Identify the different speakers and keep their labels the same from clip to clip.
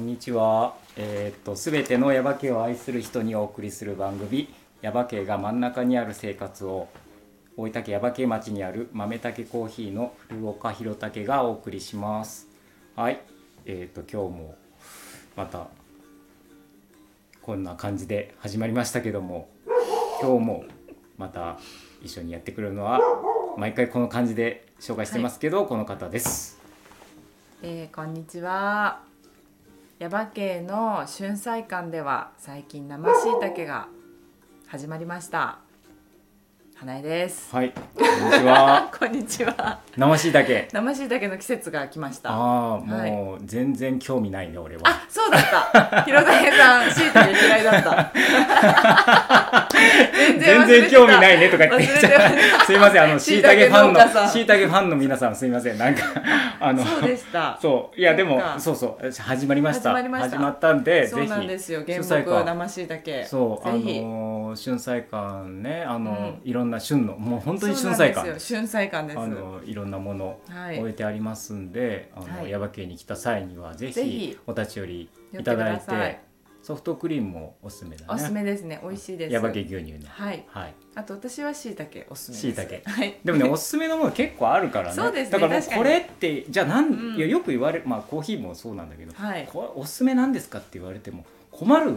Speaker 1: んにちは。えーっと、すべてのヤバ系を愛する人にお送りする番組、ヤバ系が真ん中にある生活を、大分県ヤバ系町にある豆竹コーヒーの古岡弘武がお送りします。はい。えーっと、今日もまた、こんな感じで始まりましたけども、今日もまた一緒にやってくれるのは、毎回この感じで紹介してますけど、この方です。
Speaker 2: えーこんにちは。耶馬渓の春菜館では最近生しいたけが始まりました。花江です。
Speaker 1: はい。こんにち は。
Speaker 2: こんにちは。
Speaker 1: 生しいたけ。
Speaker 2: 生しいたけの季節が来ました。あ
Speaker 1: ああ、
Speaker 2: はい
Speaker 1: もう全然興味ないね、俺は。
Speaker 2: そうだった。広田さ ん、しいたけ嫌いだった。全
Speaker 1: 全
Speaker 2: 忘れ
Speaker 1: 然
Speaker 2: てた
Speaker 1: 興味ないねとか言って
Speaker 2: 忘れてまし
Speaker 1: すいません、あの、しい
Speaker 2: 椎
Speaker 1: たけフ
Speaker 2: 茸
Speaker 1: ァン
Speaker 2: 農家さ
Speaker 1: の、
Speaker 2: ん
Speaker 1: しいたけファンの皆さんすいません、なん か、あの
Speaker 2: た、そうでした。
Speaker 1: そう、いや、でも
Speaker 2: なん、か
Speaker 1: そうそう、始まりました。
Speaker 2: 始まりました
Speaker 1: ったんで、
Speaker 2: そう
Speaker 1: ぜ
Speaker 2: なんで
Speaker 1: ひ。
Speaker 2: すよ。原
Speaker 1: 春菜
Speaker 2: 木
Speaker 1: 館
Speaker 2: 生しいたけ。
Speaker 1: そう、あ
Speaker 2: ぜひ。
Speaker 1: のー、春菜館ね、あの、
Speaker 2: う
Speaker 1: いろんな旬の、もう本当に
Speaker 2: そう
Speaker 1: 春
Speaker 2: なん
Speaker 1: 菜
Speaker 2: です
Speaker 1: 館。
Speaker 2: よ。春菜館で
Speaker 1: あ
Speaker 2: す。
Speaker 1: の、いろんなもの。
Speaker 2: はい。
Speaker 1: 置いてありますんで、あの、
Speaker 2: はい
Speaker 1: 耶馬渓に来た際には、ぜ
Speaker 2: ぜ
Speaker 1: ひ
Speaker 2: ひ、
Speaker 1: お立ち寄り
Speaker 2: 寄
Speaker 1: い
Speaker 2: って
Speaker 1: た
Speaker 2: く
Speaker 1: だい
Speaker 2: ださ
Speaker 1: て
Speaker 2: い。。
Speaker 1: ソフトクリームもおすすめだね。
Speaker 2: おすすめですね。美味しいです。
Speaker 1: ヤバ系牛乳の。
Speaker 2: はい。
Speaker 1: はい。
Speaker 2: あと私は椎茸おすすめ
Speaker 1: 椎
Speaker 2: です。
Speaker 1: 茸。
Speaker 2: はい。
Speaker 1: でも ね、おすすめのもの結構あるからね。
Speaker 2: そうですね
Speaker 1: だからもう
Speaker 2: 確か
Speaker 1: こ
Speaker 2: に
Speaker 1: れって、じゃあなん、
Speaker 2: うん
Speaker 1: いやよく言われる、まあコーヒーもそうなんだけど、
Speaker 2: はい。
Speaker 1: これおすすめなんですかって言われても困る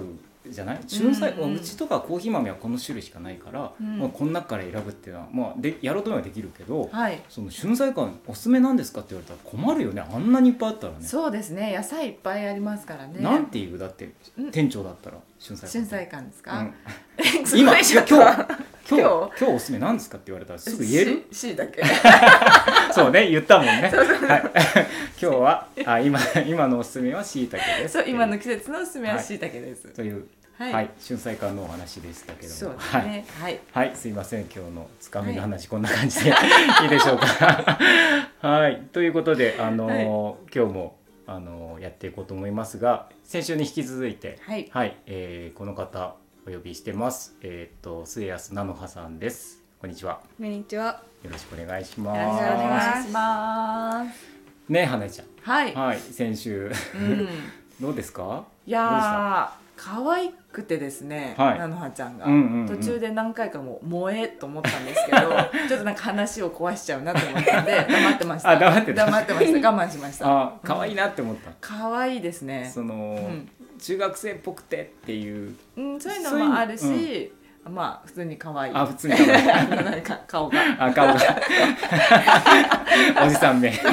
Speaker 1: じゃない春菜、
Speaker 2: うんうん
Speaker 1: うちとかコーヒー豆はこの種類しかないから、
Speaker 2: うん
Speaker 1: まあ、この中から選ぶっていうのは、まあ、でやろうと思えばできるけど、
Speaker 2: はい。
Speaker 1: その春菜館おすすめなんですかって言われたら困るよねあんなにいっぱいあったらね
Speaker 2: そうですね。野菜いっぱいありますからね。
Speaker 1: なんていうだって
Speaker 2: うん
Speaker 1: 店長だったら春菜館
Speaker 2: 春菜館です
Speaker 1: う
Speaker 2: か
Speaker 1: ん？
Speaker 2: す
Speaker 1: 今
Speaker 2: ご
Speaker 1: いや
Speaker 2: いちょ
Speaker 1: 今
Speaker 2: っ
Speaker 1: 日今日
Speaker 2: と今日
Speaker 1: 今日おすすめなんですかって言われたらすぐ言える
Speaker 2: し 椎茸。
Speaker 1: そうね言ったもん ねはい 今日はあ今今のおすすめはしいたけです
Speaker 2: そう今の季節のおすすめは椎茸です。
Speaker 1: という
Speaker 2: は
Speaker 1: はい、
Speaker 2: い。
Speaker 1: 春菜館のお話でしたけども
Speaker 2: そうです
Speaker 1: はい
Speaker 2: ね。はい。
Speaker 1: はいすいません今日のつかみの話、こんな感 じでいいでしょうか はいということであのー今日もあのーやっていこうと思いますが先週に引き続いて
Speaker 2: はい。
Speaker 1: はい、えーこの方お呼びしてます。えーっと末安菜の葉さんです。こんにちは。
Speaker 3: こんにちは。
Speaker 1: よろしくお願いします。
Speaker 2: よろしくお願いします。
Speaker 1: ね、花江ち
Speaker 2: はい
Speaker 1: ゃん。。はい、先週
Speaker 2: うん。
Speaker 1: どうですか？
Speaker 2: いやー。可愛くてですね、
Speaker 1: はい
Speaker 2: 菜の葉ちゃんが、
Speaker 1: うんうんうん
Speaker 2: 途中で何回かもう萌えと思ったん ですけどちょっとなんか話を壊しちゃうなと思ったんで黙ってました
Speaker 1: あ黙ってた
Speaker 2: 黙ってました我慢しました
Speaker 1: あ、可愛いなって思った。
Speaker 2: 可愛いですね
Speaker 1: その、
Speaker 2: うん
Speaker 1: 中学生っぽくてっていう。
Speaker 2: うん、そういう
Speaker 1: そ
Speaker 2: の
Speaker 1: ういう
Speaker 2: もあるし、まあ普通に可愛い
Speaker 1: あ、普通に可愛い。
Speaker 2: あの なんか顔が
Speaker 1: あ、顔が。 おじさんめ。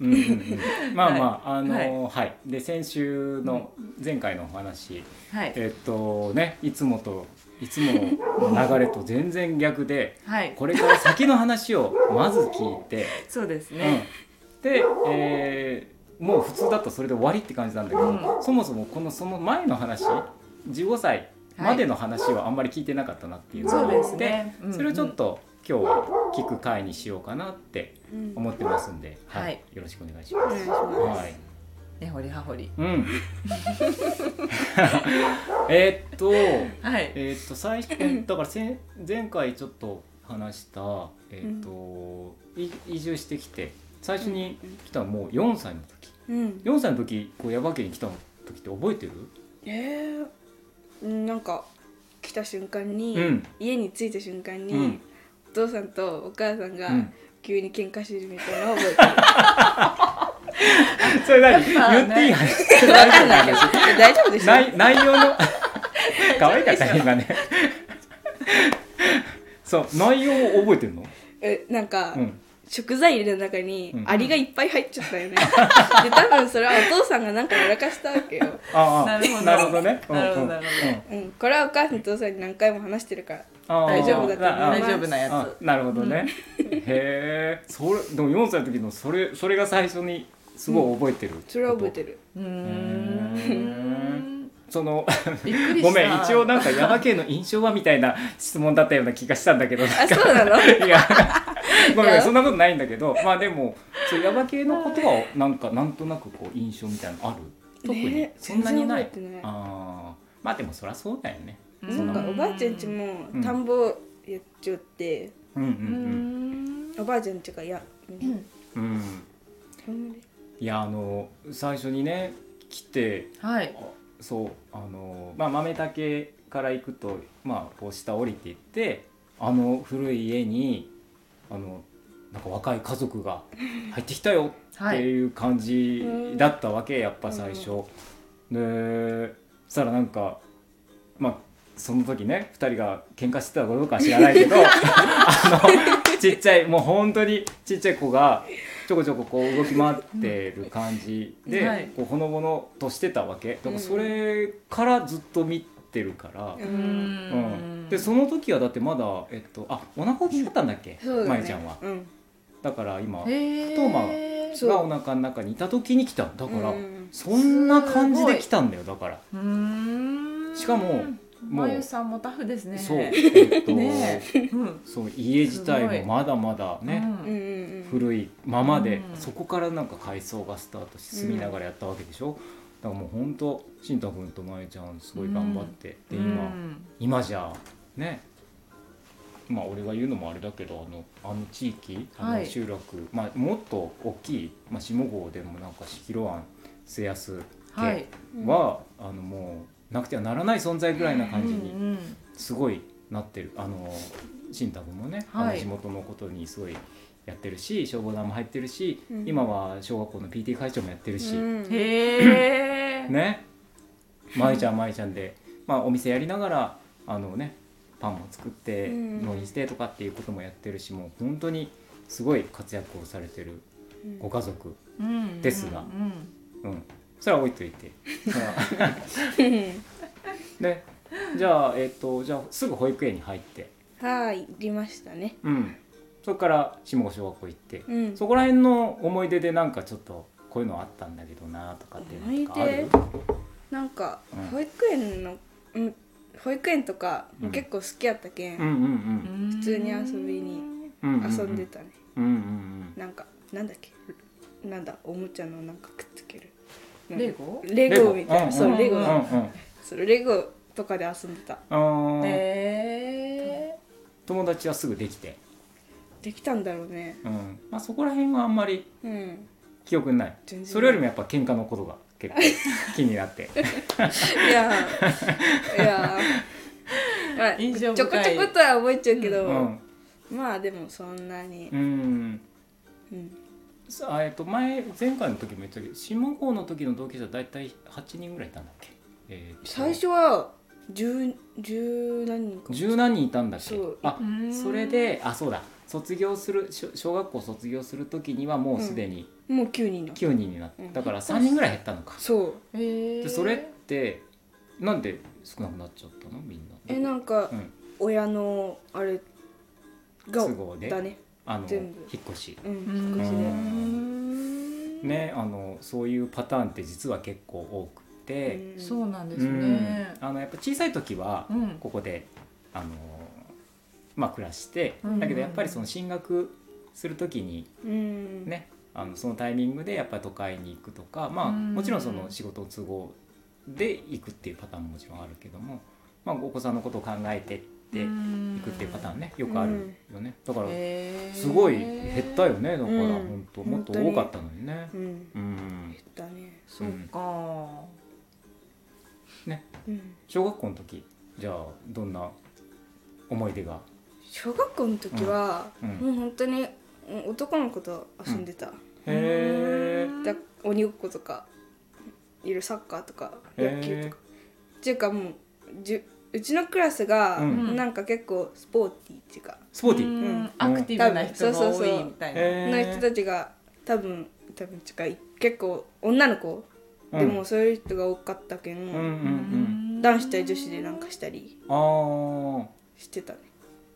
Speaker 1: うんうんうん、まあまあ、あのーはい、で先週の前回のお話、
Speaker 2: はい
Speaker 1: えっとねいつもといつもの流れと全然逆で
Speaker 2: はい
Speaker 1: これから先の話をまず聞いて、
Speaker 2: そうです
Speaker 1: うん
Speaker 2: ね、
Speaker 1: で、えーもう普通だとそれで終わりって感じなんだけど、
Speaker 2: う
Speaker 1: そもそもこのその前の話15歳までの話をあんまり聞いてなかったなっていうのがあ
Speaker 2: そ
Speaker 1: っ
Speaker 2: う
Speaker 1: て、
Speaker 2: ですね、うん
Speaker 1: それをちょっと今日は聞く回にしようかなって
Speaker 3: うん
Speaker 1: 思ってますんで、
Speaker 2: はい
Speaker 1: よろしくお願いしま
Speaker 3: お願い
Speaker 1: す。
Speaker 3: します。
Speaker 1: はい
Speaker 2: ねほりはほり
Speaker 1: うん、 えーっと
Speaker 2: はい
Speaker 1: えーっと最初 だからせ前回ちょっと話した、えーっとい移住してきて最初に来たのもう4歳の時
Speaker 3: うん。
Speaker 1: 4歳の時こう耶馬渓に来た時って覚え てる
Speaker 3: ええー、なんか来た瞬間に、
Speaker 1: うん
Speaker 3: 家に着いた瞬間に、
Speaker 1: うん
Speaker 3: お父さんとお母さんが
Speaker 1: うん
Speaker 3: 急に喧嘩してるみたいなのを覚えてる。
Speaker 1: それ何
Speaker 2: ぱね
Speaker 1: 言っていい話
Speaker 3: わかんない けど、大丈夫でしょ。
Speaker 1: 内内容の 可愛かったね 今ねそう内容を覚えてるの、
Speaker 3: え、なんか、
Speaker 1: うん、
Speaker 3: 食材入れの中に
Speaker 1: うん
Speaker 3: アリがいっぱい入っちゃったよ ね。で、多分それはお父さんがなんかやらかしたわけよ。
Speaker 1: ああ
Speaker 2: なるほど
Speaker 1: なるほどねうん
Speaker 2: なるほど
Speaker 1: うん
Speaker 2: なる
Speaker 1: うん
Speaker 3: うん、これはお母さんとお父さんに何回も話してるから。
Speaker 1: あー
Speaker 2: 大丈夫だ
Speaker 3: と思う
Speaker 1: あ
Speaker 2: 大
Speaker 1: ー
Speaker 2: 丈夫な
Speaker 1: あ
Speaker 2: や
Speaker 1: なるほどね、へえそれでも4歳の時のそれそれが最初にすごい覚えてること、
Speaker 3: それは覚えてる。
Speaker 2: つうーん
Speaker 1: その
Speaker 2: びっくりした
Speaker 1: ごめん一応なんか耶馬渓の印象はみたいな質問だったような気がしたんだけど
Speaker 3: あ、そうなの
Speaker 1: いやごめ
Speaker 3: い
Speaker 1: ん
Speaker 3: や
Speaker 1: そんなことないんだけどまあでもそう耶馬渓のことはなんかなんとなくこう印象みたいなのある特に
Speaker 3: ね
Speaker 1: そんなにない、
Speaker 3: 全然覚えてな
Speaker 1: あ
Speaker 3: い
Speaker 1: あまあでもそりゃ そうだよね
Speaker 2: うん
Speaker 3: なんかおばあちゃんちも
Speaker 1: うん
Speaker 3: 田んぼやっちゃって、
Speaker 1: うんうん
Speaker 2: うーん
Speaker 3: おばあちゃんちがいや、うん
Speaker 1: うん、うん
Speaker 3: 田んぼで
Speaker 1: いやあの最初にね来て
Speaker 2: はい。
Speaker 1: そうあの、まあ、豆竹から行くと、まあ、こう下降りていってあの古い家にあのなんか若い家族が入ってきたよっ
Speaker 2: は
Speaker 1: て
Speaker 2: い。
Speaker 1: いう感じだったわけ、やっぱ最初。でそしたらなんかまあその時ね2人が喧嘩してたかどうかは知らないけどあのちっちゃいもう本当にちっちゃい子がちょこちょここう動き回ってる感じで、
Speaker 2: はい
Speaker 1: こうほのぼのとしてたわけだから
Speaker 3: うん
Speaker 1: それからずっと見てるから
Speaker 3: う、
Speaker 2: うー
Speaker 1: うん
Speaker 2: ん。
Speaker 1: でその時はだってまだ、えっと、あお腹大きかったんだっけ、
Speaker 3: そうだね
Speaker 1: まゆちゃんは
Speaker 3: うん
Speaker 1: だから今
Speaker 2: へえ。
Speaker 1: トーマ
Speaker 3: そう
Speaker 1: がお腹の中にいた時に来たんだから、
Speaker 3: うん
Speaker 1: そんな感じで来たんだよだから。
Speaker 2: うーん。
Speaker 1: しかももう
Speaker 2: まゆさんもタフですね。
Speaker 1: そう、えっと
Speaker 2: ねうん。
Speaker 1: そう家自体
Speaker 2: すごい
Speaker 1: もまだまだね、
Speaker 3: うん
Speaker 2: う。
Speaker 3: うんんうん
Speaker 1: 古いままで、
Speaker 2: うん
Speaker 1: そこからなんか改装がスタートし住みながらやったわけでしょ、だからもうほんと慎太君とまゆちゃんすごい頑張って、
Speaker 2: う
Speaker 1: で今、
Speaker 2: ん
Speaker 1: 今じゃねまあ俺が言うのもあれだけどあのあの地域あ
Speaker 2: は
Speaker 1: の
Speaker 2: い
Speaker 1: 集落、まあ、もっと大きい、まあ、下郷でもなんか四広湾末安家は
Speaker 2: は、い。
Speaker 1: あのもうなくてはならない存在ぐらいな感じに
Speaker 2: うんうん
Speaker 1: すごいなってるあの新太君もね、
Speaker 2: はい
Speaker 1: あの地元のことにすごいやってるし消防団も入ってるし、
Speaker 3: うん
Speaker 1: 今は小学校の PT 会長もやってるし、
Speaker 3: うん
Speaker 2: へえ。。
Speaker 1: ね舞ちゃん舞ちゃんで、まあ、お店やりながらあのねパンも作って
Speaker 3: うん
Speaker 1: 納品してとかっていうこともやってるしもう本当にすごい活躍をされてるご家族、
Speaker 2: うん。
Speaker 1: ですが
Speaker 2: う
Speaker 1: う
Speaker 2: ん
Speaker 1: ん、それは置いとい て。それは
Speaker 3: うん
Speaker 1: ねじゃあ、えっとじゃあすぐ保育園に入って、
Speaker 3: はい入りましたね
Speaker 1: うん、そこから下郷小学校行って、
Speaker 3: うん
Speaker 1: そこら辺の思い出でなんかちょっとこういうのあったんだけどなとかってなんかある
Speaker 3: なんか
Speaker 1: うん
Speaker 3: 保育園のうん保育園とか
Speaker 1: うん
Speaker 3: 結構好きやった
Speaker 1: うん
Speaker 3: けん
Speaker 1: うん
Speaker 2: うん。
Speaker 3: 普通に遊びに
Speaker 1: うんうんう
Speaker 3: 遊んでたね
Speaker 1: うんうん
Speaker 3: なんかなんだっけなんだおもちゃのなんかくっつけるなん
Speaker 2: レゴ？
Speaker 1: うん
Speaker 3: レゴみたいな
Speaker 1: う
Speaker 3: そ
Speaker 1: ん
Speaker 3: うレゴ
Speaker 1: うん
Speaker 2: な
Speaker 1: うん
Speaker 3: それレゴとかで遊んでた
Speaker 1: うんあー
Speaker 2: へえ。
Speaker 1: 友達はすぐできて、
Speaker 3: できたんだろうね
Speaker 1: うんまあ、そこら辺はあんまり
Speaker 3: うん
Speaker 1: 記憶にない
Speaker 3: 全然
Speaker 1: それよりもやっぱ喧嘩のことが結構気にな って
Speaker 3: いやいやま あ
Speaker 2: 印象深い
Speaker 3: ちょこちょことは覚えちゃうけ
Speaker 1: う
Speaker 3: ど、
Speaker 1: ん、
Speaker 3: まあでもそんなに
Speaker 1: うん
Speaker 3: うん
Speaker 1: さあえっと前前回の時も言ったけど下校の時の同級生は大体8人ぐらいいたんだっけ、えーと
Speaker 3: 最初は十十何人か
Speaker 1: 十何人いたんだっけ
Speaker 3: そう
Speaker 1: あ
Speaker 2: うん
Speaker 1: それであそうだ卒業する小小学校卒業する時にはもうすでに
Speaker 3: もう九人だ
Speaker 1: 9人になって、
Speaker 3: うん
Speaker 1: だから3人ぐらい減ったのか、
Speaker 3: そう
Speaker 2: へえ。
Speaker 1: でそれってなんで少なくなっちゃったのみんな
Speaker 3: えなんか
Speaker 1: うん
Speaker 3: 親のあれが
Speaker 1: 都合で
Speaker 3: だね
Speaker 1: あの
Speaker 3: 全部
Speaker 1: 引っ越し
Speaker 3: う
Speaker 2: うんん。
Speaker 3: 引っ越しで
Speaker 2: うん。
Speaker 1: ねあのそういうパターンって実は結構多くて、
Speaker 3: うん
Speaker 2: そうなんです
Speaker 1: うん
Speaker 2: ね。
Speaker 1: あのやっぱ小さい時は
Speaker 2: うん。
Speaker 1: ここであのまあ暮らして、
Speaker 2: うんうんうん
Speaker 1: だけどやっぱりその進学する時に
Speaker 3: うん
Speaker 1: ねあのそのタイミングでやっぱり都会に行くとかまあ
Speaker 2: うん
Speaker 1: もちろんその仕事の都合で行くっていうパターンももちろんあるけども、まあ、お子さんのことを考えてって行
Speaker 2: 行
Speaker 1: くっていうパターンねよくあるよねだから
Speaker 2: へー
Speaker 1: すごい減ったよねだから
Speaker 3: うん
Speaker 1: 本当もっと多かったのにね
Speaker 3: う。ん
Speaker 1: うん
Speaker 3: 減ったね
Speaker 2: そうか。
Speaker 3: うん
Speaker 1: 小学校の時じゃあどんな思い出が
Speaker 3: 小学校の時は
Speaker 1: うん
Speaker 3: もう本当にうん男の子と遊んでた
Speaker 1: へ
Speaker 3: だ鬼ごっことかいるサッカーとか野球と
Speaker 1: え
Speaker 3: かっていうかもうじゅうちのクラスが
Speaker 1: うん
Speaker 3: なんか結構スポーティーっていうか
Speaker 1: スポーティー
Speaker 2: うんアクティブな人が多いみたいな。
Speaker 1: へ
Speaker 3: の人
Speaker 1: ー
Speaker 3: たちが多分多分っていうか結構女の子
Speaker 1: うん
Speaker 3: でもそういう人が多かったけ
Speaker 1: うんうんうんん
Speaker 3: 男子対女子でなんかしたり
Speaker 1: あー
Speaker 3: してたね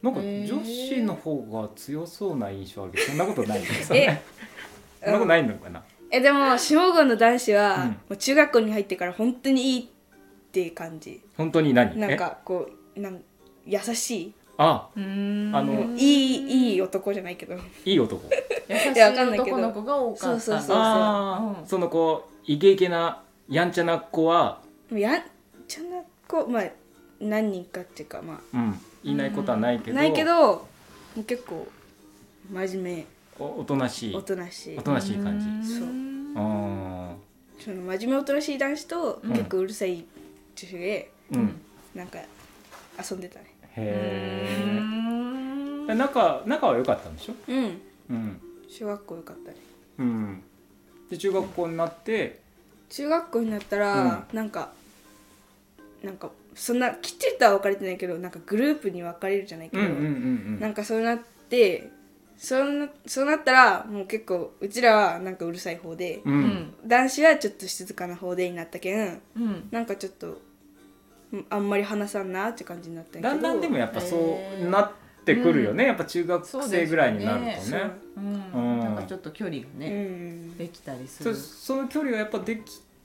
Speaker 1: なんか女子の方が強そうな印象あるけどそんなことないです
Speaker 3: え
Speaker 1: そんなことないのかな
Speaker 3: えでも下郷の男子
Speaker 1: う
Speaker 3: は
Speaker 1: ん
Speaker 3: もう中学校に入ってから本当にいいっていう感じ
Speaker 1: 本当に何
Speaker 3: なん
Speaker 1: え
Speaker 3: かこうなん優しい
Speaker 1: あ
Speaker 2: うん
Speaker 1: あの
Speaker 3: もういいいい男じゃないけど
Speaker 1: いい男
Speaker 2: 優し
Speaker 3: い
Speaker 2: い
Speaker 3: やわかんないけど
Speaker 2: 男の子が多かった。
Speaker 3: そうそうそう
Speaker 1: あー
Speaker 2: うん
Speaker 1: その子イケイケなやんちゃな子は
Speaker 3: もうやんちゃな子まあ何人かっていうかま
Speaker 1: うんいないことはない
Speaker 3: あ
Speaker 1: けど
Speaker 3: ないけどもう結構真面
Speaker 1: おおとなし
Speaker 3: 目
Speaker 1: い
Speaker 3: おとなしい
Speaker 1: おとなしい感じ
Speaker 2: うん
Speaker 3: そう
Speaker 1: うん
Speaker 3: その真面目おとなしい男子と
Speaker 1: ん
Speaker 3: 結構うるさい女子で
Speaker 1: うん
Speaker 3: なんか遊んでたね
Speaker 2: うー
Speaker 1: へ
Speaker 2: ん
Speaker 1: え仲仲は良かったんでしょ
Speaker 3: うん
Speaker 1: うん
Speaker 3: 小学校よかったね
Speaker 1: うんで中学校になって
Speaker 3: 中学校になったら、なんかなんかそんなきっちりとは分かれてないけどなんかグループに分かれるじゃないけ
Speaker 1: うん
Speaker 3: ど、
Speaker 1: うんうんう
Speaker 3: なんんかそうなってそうなそうなったらもう結構うちらはなんかうるさい方で、
Speaker 1: う
Speaker 2: うんん
Speaker 3: 男子はちょっと静かな方でになったけん
Speaker 2: うん
Speaker 3: なんかちょっとうんあんまり話さんなって感じになったんや
Speaker 1: だんだんでもやっぱそう
Speaker 2: へー
Speaker 1: なってくるよねやっぱ中学
Speaker 2: そう
Speaker 1: 生
Speaker 2: で
Speaker 1: ぐ
Speaker 2: すよね
Speaker 1: らいになると
Speaker 3: そ
Speaker 1: ね
Speaker 3: う
Speaker 2: うんなんかちょっと距離が
Speaker 3: う
Speaker 2: ね、
Speaker 3: ん
Speaker 2: できたりす
Speaker 1: そ
Speaker 2: る
Speaker 1: その距離がやっぱでき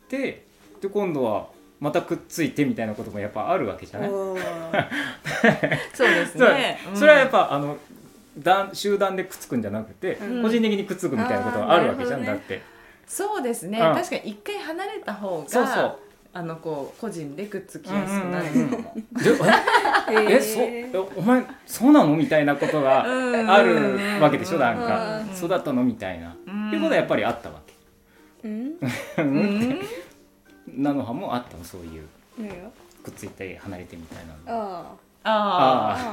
Speaker 1: てで今度はまたくっついてみたいなこともやっぱあるわけじゃない
Speaker 3: おー
Speaker 2: そうです
Speaker 1: そう
Speaker 2: ね、うん
Speaker 1: それはやっぱあの団集団でくっつくんじゃなくて、
Speaker 3: うん
Speaker 1: 個人的にくっつくみたいなことがあるわけじゃん、
Speaker 2: あーな
Speaker 1: だ
Speaker 2: る
Speaker 1: っ
Speaker 2: ほ
Speaker 1: て
Speaker 2: そうですね、
Speaker 1: うん
Speaker 2: 確かに一回離れた方が
Speaker 1: そうそう
Speaker 2: あのこう個人でくっつきやすくなるのかも、
Speaker 1: で え
Speaker 3: へ
Speaker 1: え
Speaker 3: ー
Speaker 1: そえお前そうなのみたいなことがあるわけでしょ
Speaker 2: うんうん
Speaker 1: な
Speaker 2: うん
Speaker 1: んか、
Speaker 3: うん
Speaker 1: そうだったのみたいな、
Speaker 2: うん
Speaker 1: っていうことはやっぱりあったわけ
Speaker 3: うん
Speaker 2: うん
Speaker 1: 菜の葉もあったのそういう
Speaker 3: 何が
Speaker 1: くっついて離れてみたいなの
Speaker 3: あ
Speaker 2: あ
Speaker 3: ー
Speaker 2: ー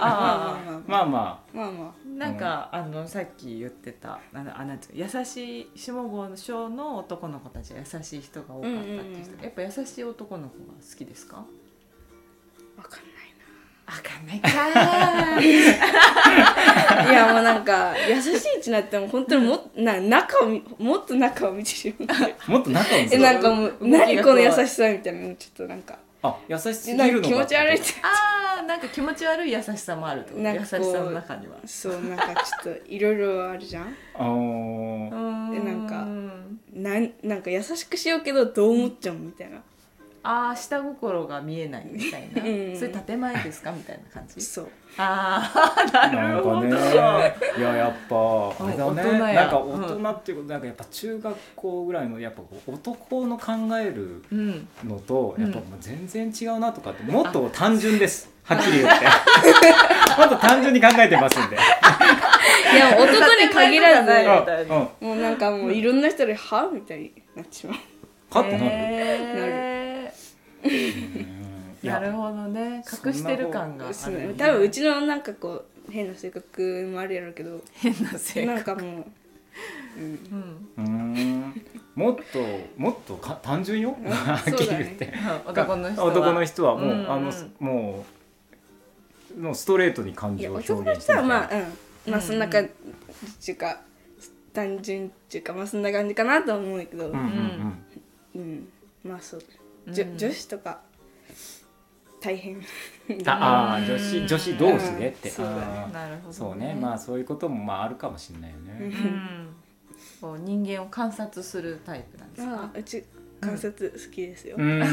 Speaker 2: あ
Speaker 3: あーま
Speaker 1: まあ
Speaker 3: あまあまあ
Speaker 1: ま
Speaker 3: まあま
Speaker 2: ーなんか、あのさっき言ってたあのあなんていうか優しい下郷症の男の子たちが優しい人が多かったっていう人、
Speaker 3: うんうんうん
Speaker 2: やっぱ優しい男の子が好きですか
Speaker 3: あわかんないな
Speaker 2: わかんないかー
Speaker 3: いやもうなんか優しいってなっても本当にもな中を見もっと中を見てしまう
Speaker 1: あもっと仲を見
Speaker 3: え
Speaker 1: せ
Speaker 3: なんかもう
Speaker 2: 動きが怖い
Speaker 3: 何この優しさみたいなのちょっとなんか
Speaker 1: あ優しすぎ
Speaker 3: なん
Speaker 1: る
Speaker 3: か
Speaker 1: のか
Speaker 3: 気持ち悪いって
Speaker 2: あーなんか気持ち悪い優しさもあるってこと
Speaker 3: なん
Speaker 2: 優
Speaker 3: か
Speaker 2: し
Speaker 3: こ
Speaker 2: さ
Speaker 3: う
Speaker 2: の中には
Speaker 3: そうなんかちょっといろいろあるじゃん
Speaker 1: あー
Speaker 2: うん
Speaker 3: なんかなんなんか優しくしようけどどう思っちゃうみたいな
Speaker 2: ああ下心が見えないみたいな、
Speaker 3: うん
Speaker 2: それ建前ですかみたいな感じ
Speaker 3: そう
Speaker 2: ああな
Speaker 1: な
Speaker 2: る
Speaker 1: んか
Speaker 2: ほど、
Speaker 1: ねいややっぱあれだ
Speaker 2: 大人
Speaker 1: ね
Speaker 2: や
Speaker 1: なんか大人っていうことなんかやっぱ中学校ぐらいのやっぱこう男の考える
Speaker 2: うん
Speaker 1: のと
Speaker 2: うん
Speaker 1: やっぱもう全然違うなとかってもっと単純ですはっきり言ってもっと単純に考えてますんで
Speaker 3: い や男に限ら
Speaker 2: 建前とかない
Speaker 3: ず
Speaker 2: だよね
Speaker 1: うんうん
Speaker 3: もうなんかもういろんな人で「は?」みたいになっちまう
Speaker 1: かってなる、
Speaker 2: え
Speaker 1: うんい
Speaker 2: ーな
Speaker 1: や
Speaker 2: るほどね隠してる感があ
Speaker 3: そう
Speaker 2: る、
Speaker 3: ね
Speaker 2: ね、
Speaker 3: 多分うちのなんかこう変な性格もあるやろうけど
Speaker 2: 変な性
Speaker 3: なん
Speaker 2: 格
Speaker 3: かもう、うん、
Speaker 2: うん、うん
Speaker 1: うーんもっともっとか単純よはっきり言って、
Speaker 2: 男の人は
Speaker 1: 男の人はもう、
Speaker 2: うんうん
Speaker 1: あのもうもうストレートに感
Speaker 3: い
Speaker 1: 情
Speaker 3: や
Speaker 1: を表
Speaker 3: 男の
Speaker 1: 現し
Speaker 3: 人
Speaker 1: てる
Speaker 3: は
Speaker 1: から
Speaker 3: まあうんまあそんな感じっていうか単純っていうかまあそんな感じかなとは思うんだけど
Speaker 1: うんうんうん
Speaker 3: うんまあそう
Speaker 2: うん
Speaker 3: じょ女子とか大変
Speaker 1: ああ
Speaker 2: うん
Speaker 1: ー女子女子同士でって、
Speaker 3: うんそうだね
Speaker 1: あー
Speaker 2: なるほど、ね、
Speaker 1: そうねまあそういうこともまああるかもしれないよね、
Speaker 3: うん
Speaker 2: うんこう人間を観察するタイプなんですか
Speaker 3: ああうち観察好きですよ、
Speaker 1: うん、でもな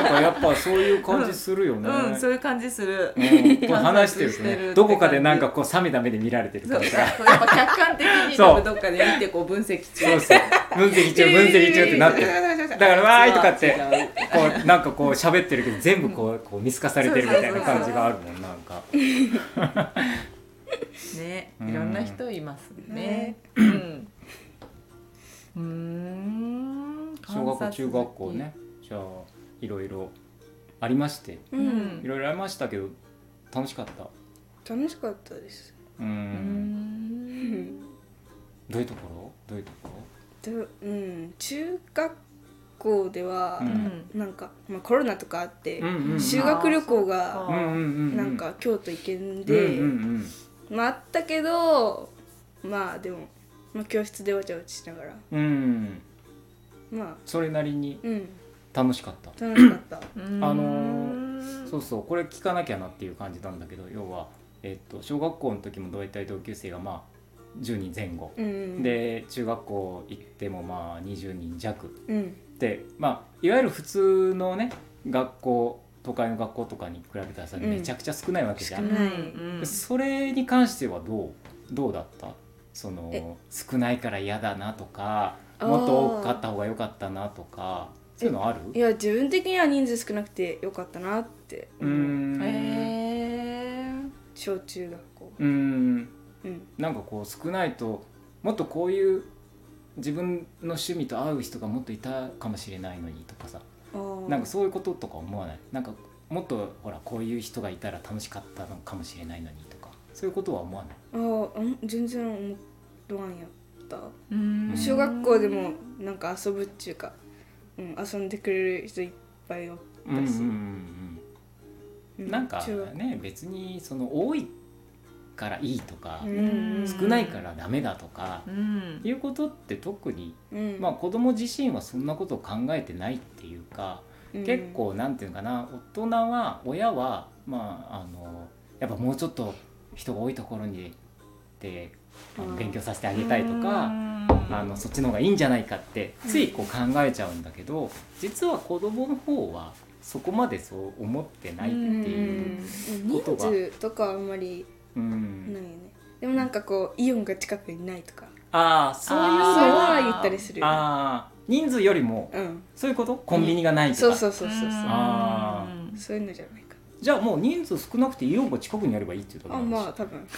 Speaker 1: んかやっぱそういう感じするよね。
Speaker 2: うん、そういう感じする。
Speaker 1: うんこう話してると
Speaker 2: 観察してる
Speaker 1: ね、
Speaker 2: って
Speaker 1: どこかでなんかこう冷めた目で見られてる
Speaker 2: そう
Speaker 1: 感
Speaker 2: そ
Speaker 1: じ
Speaker 2: うや
Speaker 1: が。
Speaker 2: っぱ客観的に
Speaker 1: そう
Speaker 2: 多分どっかで見てこう分析中。
Speaker 1: そうそう。分析中、分析中ってなってる。だからわーいとかって、こうなんかこう喋ってるけど、全部こうこう見透かされてるみたいな感じがあるもん、なんか。
Speaker 2: ね、
Speaker 1: うん
Speaker 2: いろんな人いますね。うん。うーん。
Speaker 1: 小学校、中学校ね、じゃあいろいろありまして、
Speaker 3: う、
Speaker 2: うんん
Speaker 1: いろいろありましたけど楽しかった。
Speaker 3: 楽しかったです
Speaker 1: う。
Speaker 2: うん。
Speaker 3: うんん
Speaker 1: どういうところ？どういうとこ
Speaker 3: でうん中学校では
Speaker 1: う、ん
Speaker 3: なんか、まあ、コロナとかあって、
Speaker 1: ろ？うんうんうん。
Speaker 3: 修学旅行が
Speaker 2: あ
Speaker 1: うんうんうんうん。
Speaker 3: なんか京都行けん
Speaker 1: うんう
Speaker 3: で、
Speaker 1: んうん。
Speaker 3: まああったけどまあでも、まあ、教室でわちゃわちゃしながら
Speaker 1: うん、
Speaker 3: まあ
Speaker 1: それなりに
Speaker 3: うん
Speaker 1: 楽しかった、
Speaker 3: 楽し かった
Speaker 1: あの
Speaker 2: ー
Speaker 1: そうそうこれ聞かなきゃなっていう感じなんだけど要は、えっと小学校の時も大体同級生がまあ10人前後、
Speaker 3: うん
Speaker 1: で中学校行ってもまあ20人弱
Speaker 3: うん
Speaker 1: でまあいわゆる普通のね学校都会の学校とかに比べたらさ、
Speaker 3: うん
Speaker 1: めちゃくちゃ少ないわけじゃ
Speaker 3: 少
Speaker 1: ん
Speaker 3: な、い
Speaker 2: うん
Speaker 1: それに関してはどうどうだったそ
Speaker 3: え
Speaker 1: の少ないから嫌だなとか
Speaker 3: あー
Speaker 1: もっと多かった方が良かったなとかそういうのある
Speaker 3: いや自分的には人数少なくてよかったなって
Speaker 1: う
Speaker 3: 思う、
Speaker 1: ん、
Speaker 2: えー
Speaker 3: 小中学校
Speaker 1: うん
Speaker 3: うん
Speaker 1: なんかこう少ないともっとこういう自分の趣味と合う人がもっといたかもしれないのにとかさ
Speaker 3: あー
Speaker 1: なんかそういうこととか思わないなんかもっとほらこういう人がいたら楽しかったのかもしれないのにとかそういうことは思わない
Speaker 3: あーうん全然思わんやった
Speaker 2: うん
Speaker 3: 小学校でもなんか遊ぶっちゅうか、うん、遊んでくれる人いっぱいおっ
Speaker 1: うんうん
Speaker 3: たし、
Speaker 1: うんうん
Speaker 3: う
Speaker 1: なんか
Speaker 3: 中学
Speaker 1: ね別にその多いからいいとか、
Speaker 3: うん
Speaker 1: 少ないからダメだとか
Speaker 2: う、ん
Speaker 1: いうことって特に、
Speaker 3: うん
Speaker 1: まあ、子供自身はそんなことを考えてないっていうか、
Speaker 3: うん
Speaker 1: 結構なんていうのかな大人は親はまああのやっぱもうちょっと人が多いところにであ
Speaker 3: う
Speaker 1: の
Speaker 3: ん
Speaker 1: 勉強させてあげたいと
Speaker 2: う
Speaker 1: か。
Speaker 2: ん
Speaker 1: あのそっちの方がいいんじゃないかってついこう考えちゃうんだけど、実は子供の方はそこまでそう思ってないっていう
Speaker 3: う
Speaker 1: こ
Speaker 3: ん
Speaker 1: と
Speaker 3: 人
Speaker 1: が
Speaker 3: 数とかはあんまり
Speaker 1: うん
Speaker 3: ないよねでもなんかこうイオンが近くにないとか
Speaker 1: ああそういうの
Speaker 3: そ
Speaker 2: あー
Speaker 3: れ
Speaker 1: は
Speaker 3: は言ったりするよね
Speaker 1: ああ人数よりも
Speaker 3: うん
Speaker 1: そういうことコンビニがないとか、
Speaker 3: そうそうそうそうそ
Speaker 1: あ
Speaker 3: うそういうのじゃないか
Speaker 1: じゃあもう人数少なくてイオンが近くにあればいいっていうとこ
Speaker 3: あ
Speaker 1: ろなんで
Speaker 3: まあ多分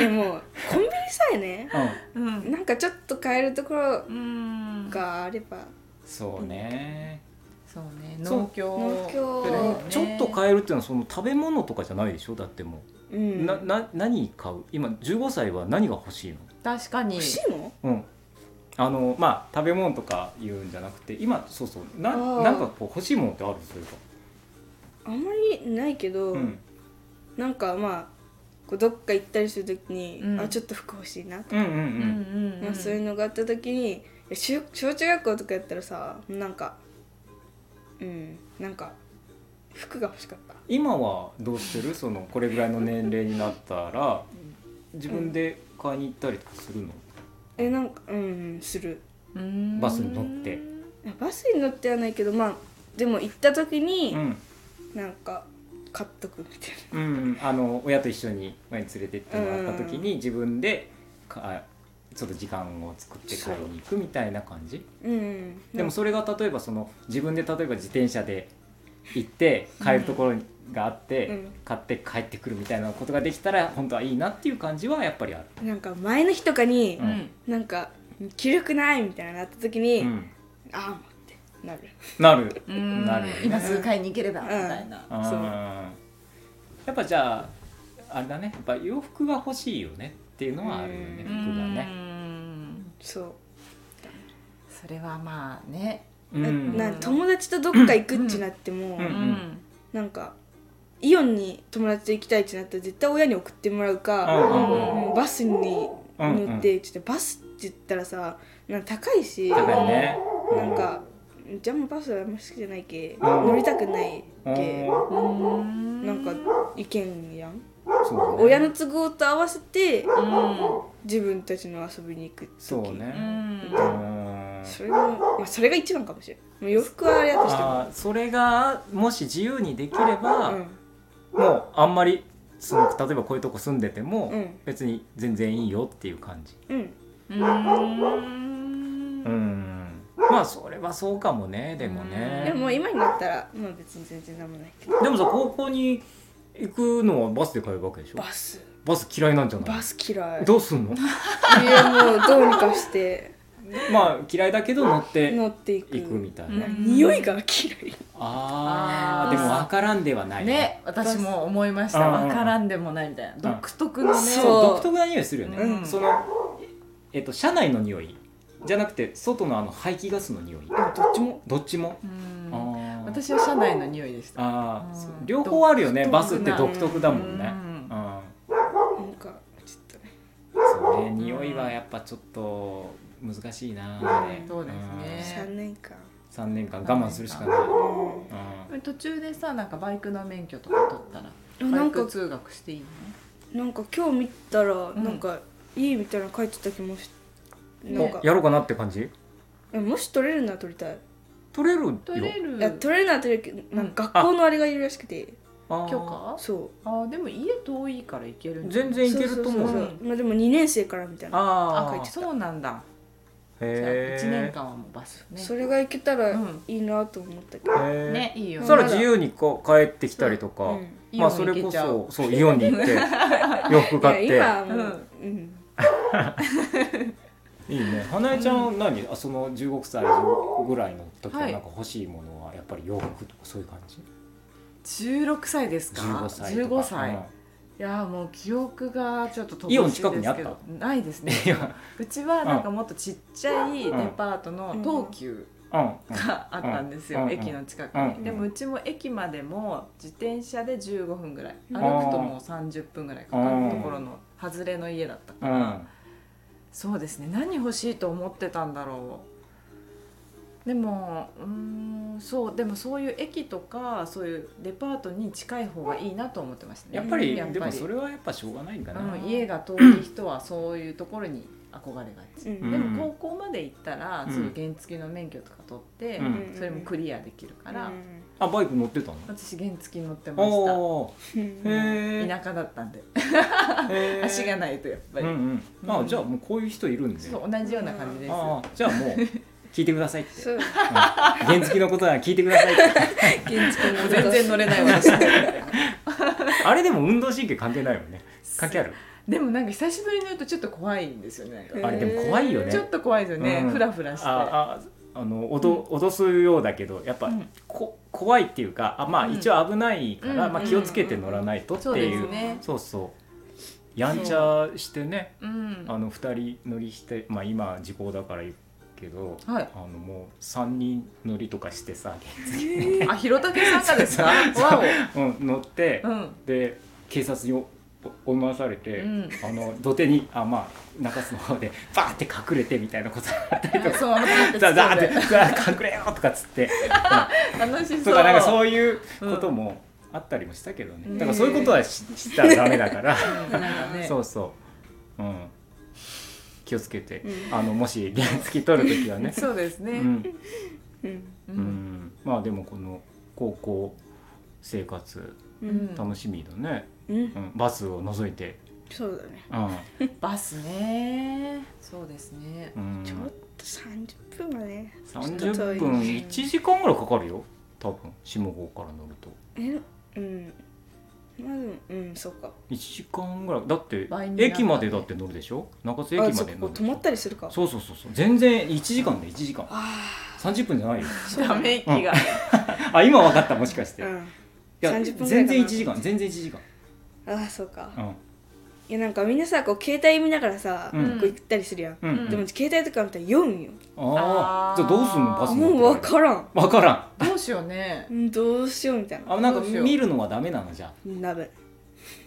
Speaker 3: でもコンビニさえね
Speaker 1: すよ
Speaker 2: うんうん
Speaker 3: なんかちょっと買えるところ
Speaker 2: うん
Speaker 3: があれば
Speaker 1: うん、そうね
Speaker 2: そうね
Speaker 1: そう
Speaker 2: 農協
Speaker 3: 農協
Speaker 1: で
Speaker 3: そう
Speaker 1: ね
Speaker 3: ね
Speaker 1: ちょっと変えるっていうのはその食べ物とかじゃないでしょだっても
Speaker 3: う
Speaker 1: う、
Speaker 3: ん
Speaker 1: なな何買う今15歳は何が欲しいの
Speaker 2: 確かに
Speaker 3: 欲しいの
Speaker 1: うんあのまあ食べ物とか言うんじゃなくて今そうそうな
Speaker 3: あー
Speaker 1: なんかこう欲しいものってあるそういうか
Speaker 3: あんまりないけど、
Speaker 1: うん
Speaker 3: なんかまあこうどっか行ったりするときに、
Speaker 2: うん
Speaker 3: あちょっと服欲しいなとか、
Speaker 1: うんうんう
Speaker 2: うん
Speaker 1: ん
Speaker 2: うん
Speaker 3: まあ、そういうのがあったときにいや小小中学校とかやったらさなんかうんなんか服が欲しかった
Speaker 1: 今はどうしてるそのこれぐらいの年齢になったら自分で買いに行ったりとかするの、
Speaker 3: えなんかうんする
Speaker 2: うん
Speaker 1: バスに乗って
Speaker 3: バスに乗ってはないけどまあでも行ったときに、
Speaker 1: うん
Speaker 3: なんか買っとくみたいな
Speaker 1: うん、あの親と一緒に前に連れてってもらった時に自分でかちょっと時間を作って買いに行くみたいな感じ
Speaker 3: うん
Speaker 1: でもそれが例えばその自分で例えば自転車で行って買えるところがあって、
Speaker 3: うん
Speaker 1: 買って帰ってくるみたいなことができたら本当はいいなっていう感じはやっぱりある。
Speaker 3: なんか前の日とかに
Speaker 1: う、ん
Speaker 3: なんか着るくないみたいななった時に、
Speaker 1: うん、
Speaker 3: ああもってなる
Speaker 1: な る
Speaker 2: うん
Speaker 1: なるよね
Speaker 2: 今すぐ買いに行ければみたいな
Speaker 1: うん
Speaker 3: そう
Speaker 1: やっぱじゃああれだねやっぱ洋服が欲しいよねっていうのはあるよね服
Speaker 3: う
Speaker 2: う
Speaker 1: がね。
Speaker 2: ん
Speaker 3: そう
Speaker 2: それはまあね
Speaker 1: うんうん
Speaker 3: な友達とどっか行くってなっても、
Speaker 1: うん
Speaker 3: なんかイオンに友達と行きたいってなったら絶対親に送ってもらう
Speaker 1: うん
Speaker 3: か、
Speaker 1: うん
Speaker 3: バスに乗って、
Speaker 1: う
Speaker 3: ちょっとバスって言ったらさなんか高いし
Speaker 1: 高いね。
Speaker 3: なんかじゃあもうバスはあんま好きじゃないけ、
Speaker 1: ん
Speaker 3: 乗りたくない
Speaker 1: うん
Speaker 3: け、
Speaker 2: うん
Speaker 3: なんか行けんやん、
Speaker 1: そうだね
Speaker 3: 親の都合と合わせて
Speaker 2: うん
Speaker 3: 自分たちの遊びに行く時
Speaker 1: そうね
Speaker 2: う。ん
Speaker 1: うーん
Speaker 3: それも、まあ、それが一番かもしれないもう洋服はあれやとしても
Speaker 1: あーそれがもし自由にできれば、
Speaker 3: う
Speaker 1: もうあんまりその例えばこういうとこ住んでても、
Speaker 3: うん
Speaker 1: 別に全然いいよっていう感じ。
Speaker 3: んうん
Speaker 2: うん
Speaker 1: うんまあそれはそうかもねでも
Speaker 2: うん
Speaker 3: で
Speaker 1: ね
Speaker 3: も今になったらまあ別に全然なんもないけど
Speaker 1: でもさ高校に行くのはバスで通うわけでしょ
Speaker 3: バス
Speaker 1: バス嫌いなんじゃない
Speaker 3: バス嫌い
Speaker 1: どうす んの
Speaker 3: いやもうどうにかして
Speaker 1: まあ嫌いだけど乗って
Speaker 3: 乗っていく
Speaker 1: 行くみたいな、
Speaker 2: うん
Speaker 3: 匂いが嫌い
Speaker 1: あー
Speaker 2: あー
Speaker 1: でも分からんではない
Speaker 2: ね私も思いまし
Speaker 1: うん
Speaker 2: た
Speaker 1: うんうん
Speaker 2: わからんでもないみたいな独特のね
Speaker 3: そう
Speaker 1: そう独特な匂いするよね、
Speaker 2: うん
Speaker 1: そのえっと車内の匂いじゃなくて外のあの排気ガスの匂い
Speaker 3: あどっちも
Speaker 1: どっちも、
Speaker 2: うん
Speaker 1: あー
Speaker 2: 私は車内の匂いでした
Speaker 1: あ
Speaker 2: う
Speaker 1: ー
Speaker 2: ん
Speaker 1: そう両方あるよね
Speaker 2: 独特な
Speaker 1: バスって独特だもんね
Speaker 2: う
Speaker 1: うん
Speaker 3: なんかちょっとね
Speaker 1: そうね匂いはやっぱちょっと難しいなあれ
Speaker 2: そうですね
Speaker 3: 3年間
Speaker 1: 3年間我慢するしかない、
Speaker 3: う
Speaker 1: うん
Speaker 2: 途中でさなんかバイクの免許とか取ったら
Speaker 3: あな
Speaker 2: バイ
Speaker 3: んか
Speaker 2: ク通学していいの
Speaker 3: なんか今日見たら
Speaker 2: ん
Speaker 3: なんかいいみたいなの書いてた気もし
Speaker 2: ね
Speaker 3: なんか
Speaker 1: やろうかなって感じ
Speaker 3: えもし取れるなら取りたい
Speaker 1: 取れるよ
Speaker 2: 取れる
Speaker 3: いや取れるなら取れるけどなんか学校のあれがいるらしくて
Speaker 1: あー
Speaker 2: 許可
Speaker 3: そ
Speaker 2: あーでも家遠いから行けるんじゃな
Speaker 1: 全然いけると思う
Speaker 3: そそそそまあでも2年生からみたいな
Speaker 1: あ
Speaker 2: あ
Speaker 1: ー
Speaker 3: 書いてた
Speaker 2: そうなんだじゃあ
Speaker 1: へ
Speaker 2: 1年間はもうバスね
Speaker 3: それがいけたら
Speaker 2: うん
Speaker 3: いいなと思ったけど、
Speaker 1: へー
Speaker 2: ねいいよ
Speaker 1: そ
Speaker 2: ね
Speaker 1: したら自由にこう帰ってきたりとか、
Speaker 3: う
Speaker 1: ま
Speaker 3: ん
Speaker 1: あ
Speaker 2: イオ
Speaker 1: そ
Speaker 2: ンに
Speaker 1: れ
Speaker 2: 行
Speaker 1: こ
Speaker 2: けちゃう
Speaker 1: そそう イオンに行って洋服買っ
Speaker 3: い
Speaker 1: て
Speaker 3: や今はもう、うん
Speaker 1: いいね花江ちゃんは何、あその15歳ぐらいの時はなんか欲しいものはやっぱり洋服とかそういう感じ、
Speaker 2: 16歳ですか
Speaker 1: 15歳とか
Speaker 2: 15歳いやーもう記憶がちょっと
Speaker 1: イオン近くにあった
Speaker 2: ないですね
Speaker 1: うん、い や
Speaker 2: うちはなんかもっとちっちゃいデパートの東急
Speaker 1: うんうん
Speaker 2: があったんですよ、
Speaker 1: うん
Speaker 2: 駅の近く
Speaker 1: う
Speaker 2: に、
Speaker 1: ん
Speaker 2: でもうちも駅までも自転車で15分ぐらい歩くともう30分ぐらいかかるところの外れの家だったから、
Speaker 1: うん
Speaker 2: そうですね何欲しいと思ってたんだろうでもうーんそうでもそういう駅とかそういうデパートに近い方がいいなと思ってましたね
Speaker 1: やっぱり、
Speaker 2: やっ
Speaker 1: で
Speaker 2: ぱ
Speaker 1: も
Speaker 2: り
Speaker 1: それはやっぱしょうがないんかな、
Speaker 2: うん、家が遠い人はそういうところに憧れがち、
Speaker 3: うん
Speaker 2: でも高校まで行ったら
Speaker 1: うん
Speaker 2: すぐ原付の免許とか取って、
Speaker 1: うん
Speaker 2: それもクリアできるから、
Speaker 3: うん
Speaker 1: あバイク乗ってたの
Speaker 2: 私原付乗ってまし
Speaker 1: おお
Speaker 3: うん
Speaker 1: ーへ
Speaker 2: た田舎だったんで
Speaker 1: え
Speaker 2: 足が
Speaker 1: い
Speaker 2: ないとやっぱ
Speaker 1: う
Speaker 2: り、
Speaker 1: んうんまあじゃあもうこういう人いるんで
Speaker 2: そう同じような感じです、
Speaker 1: ああじゃあもう聞いてくださいって
Speaker 3: そう
Speaker 1: 原付のことは聞いてくださいって
Speaker 3: 原付の
Speaker 2: 全然乗れない 私
Speaker 1: あれでも運動神経関係ないよね関係ある
Speaker 2: でもなんか久しぶりに乗るとちょっと怖いんですよねなん
Speaker 3: へ
Speaker 2: か
Speaker 1: あれでも怖いよね
Speaker 2: ちょっと怖いですよね、
Speaker 1: うん
Speaker 2: フラフラして
Speaker 1: あああの脅脅すようだけどやっぱ、
Speaker 2: うん
Speaker 1: こ怖いっていうかあまあ
Speaker 2: うん
Speaker 1: 一応危ないから、
Speaker 2: うん
Speaker 1: まあ、気をつけて乗らないとって
Speaker 2: そうで
Speaker 1: いう,、
Speaker 2: すね
Speaker 1: そうそうやんちゃしてね
Speaker 2: うん
Speaker 1: あの2人乗りして、まあ、今時効だから言うけど、
Speaker 2: はい
Speaker 1: あのもう3人乗りとかして さ、
Speaker 2: あ、ひろたけさんがで すかわ
Speaker 1: うん、乗って、
Speaker 2: おうん
Speaker 1: で警察にお追い回されて、
Speaker 2: うん
Speaker 1: あの土手にあ、まあ、中洲の方でバーって隠れてみたいな ことあったりとか。
Speaker 2: そうなん
Speaker 1: ザザーっ
Speaker 2: で
Speaker 1: て「ザー隠れよ!」とかっつ って
Speaker 2: 楽しそう
Speaker 1: とかなんかそういうこともあったりもしたけどね、
Speaker 2: うん
Speaker 1: だからそういうことはししたらダメだから、
Speaker 2: なんかね
Speaker 1: そうそう、うん、気をつけて、
Speaker 3: うん
Speaker 1: あのもし原付取る時はね
Speaker 2: そうです
Speaker 1: う
Speaker 2: ね。
Speaker 1: ん、
Speaker 3: うん
Speaker 2: う
Speaker 1: う。ん、まあでもこの高校生活
Speaker 3: うん
Speaker 1: 楽しみだね、
Speaker 3: うん
Speaker 1: うん、バスを除いて、
Speaker 3: そうだね
Speaker 1: うん
Speaker 2: バスね。そうですね
Speaker 1: う。ん、
Speaker 3: ちょっと30分はね
Speaker 1: 30分1時間ぐらいかかるよ多分下郷から乗ると
Speaker 3: えうんまあでもうんそうか
Speaker 1: 1時間ぐらいだって
Speaker 2: 倍になったね
Speaker 1: 駅までだって乗るでしょ中津駅
Speaker 3: あ
Speaker 1: ま
Speaker 3: そ
Speaker 1: で
Speaker 3: こ
Speaker 1: 乗るで
Speaker 3: 止
Speaker 1: し
Speaker 3: ま
Speaker 1: ょ
Speaker 3: ったりするか
Speaker 1: そうそうそうそう全然1時間で1時間
Speaker 3: あ
Speaker 1: 30分じゃないよ
Speaker 3: あそう
Speaker 2: た
Speaker 3: だね
Speaker 2: め息が。
Speaker 1: あ今分かったもしかして、
Speaker 3: う
Speaker 1: い
Speaker 3: ん
Speaker 1: や
Speaker 3: 30分ぐらいか
Speaker 1: 全
Speaker 3: な
Speaker 1: 然1時間全然1時間
Speaker 3: ああそうか
Speaker 1: うん
Speaker 3: いやなんかみんなさこう携帯見ながらさ
Speaker 1: うん
Speaker 3: こう行ったりするやん
Speaker 1: うん、
Speaker 3: でも携帯とか見たら読むよ
Speaker 1: ああ
Speaker 2: あー
Speaker 1: じゃあどうすんのバ
Speaker 3: あ
Speaker 1: ス
Speaker 3: もう
Speaker 1: 乗っ
Speaker 3: 分
Speaker 1: て
Speaker 3: からん
Speaker 1: 分からん
Speaker 2: どうしようね
Speaker 3: う。んどうしようみたいな
Speaker 1: あなんか
Speaker 2: どうしよう
Speaker 1: 見るのはダメなのじゃあ
Speaker 3: なべ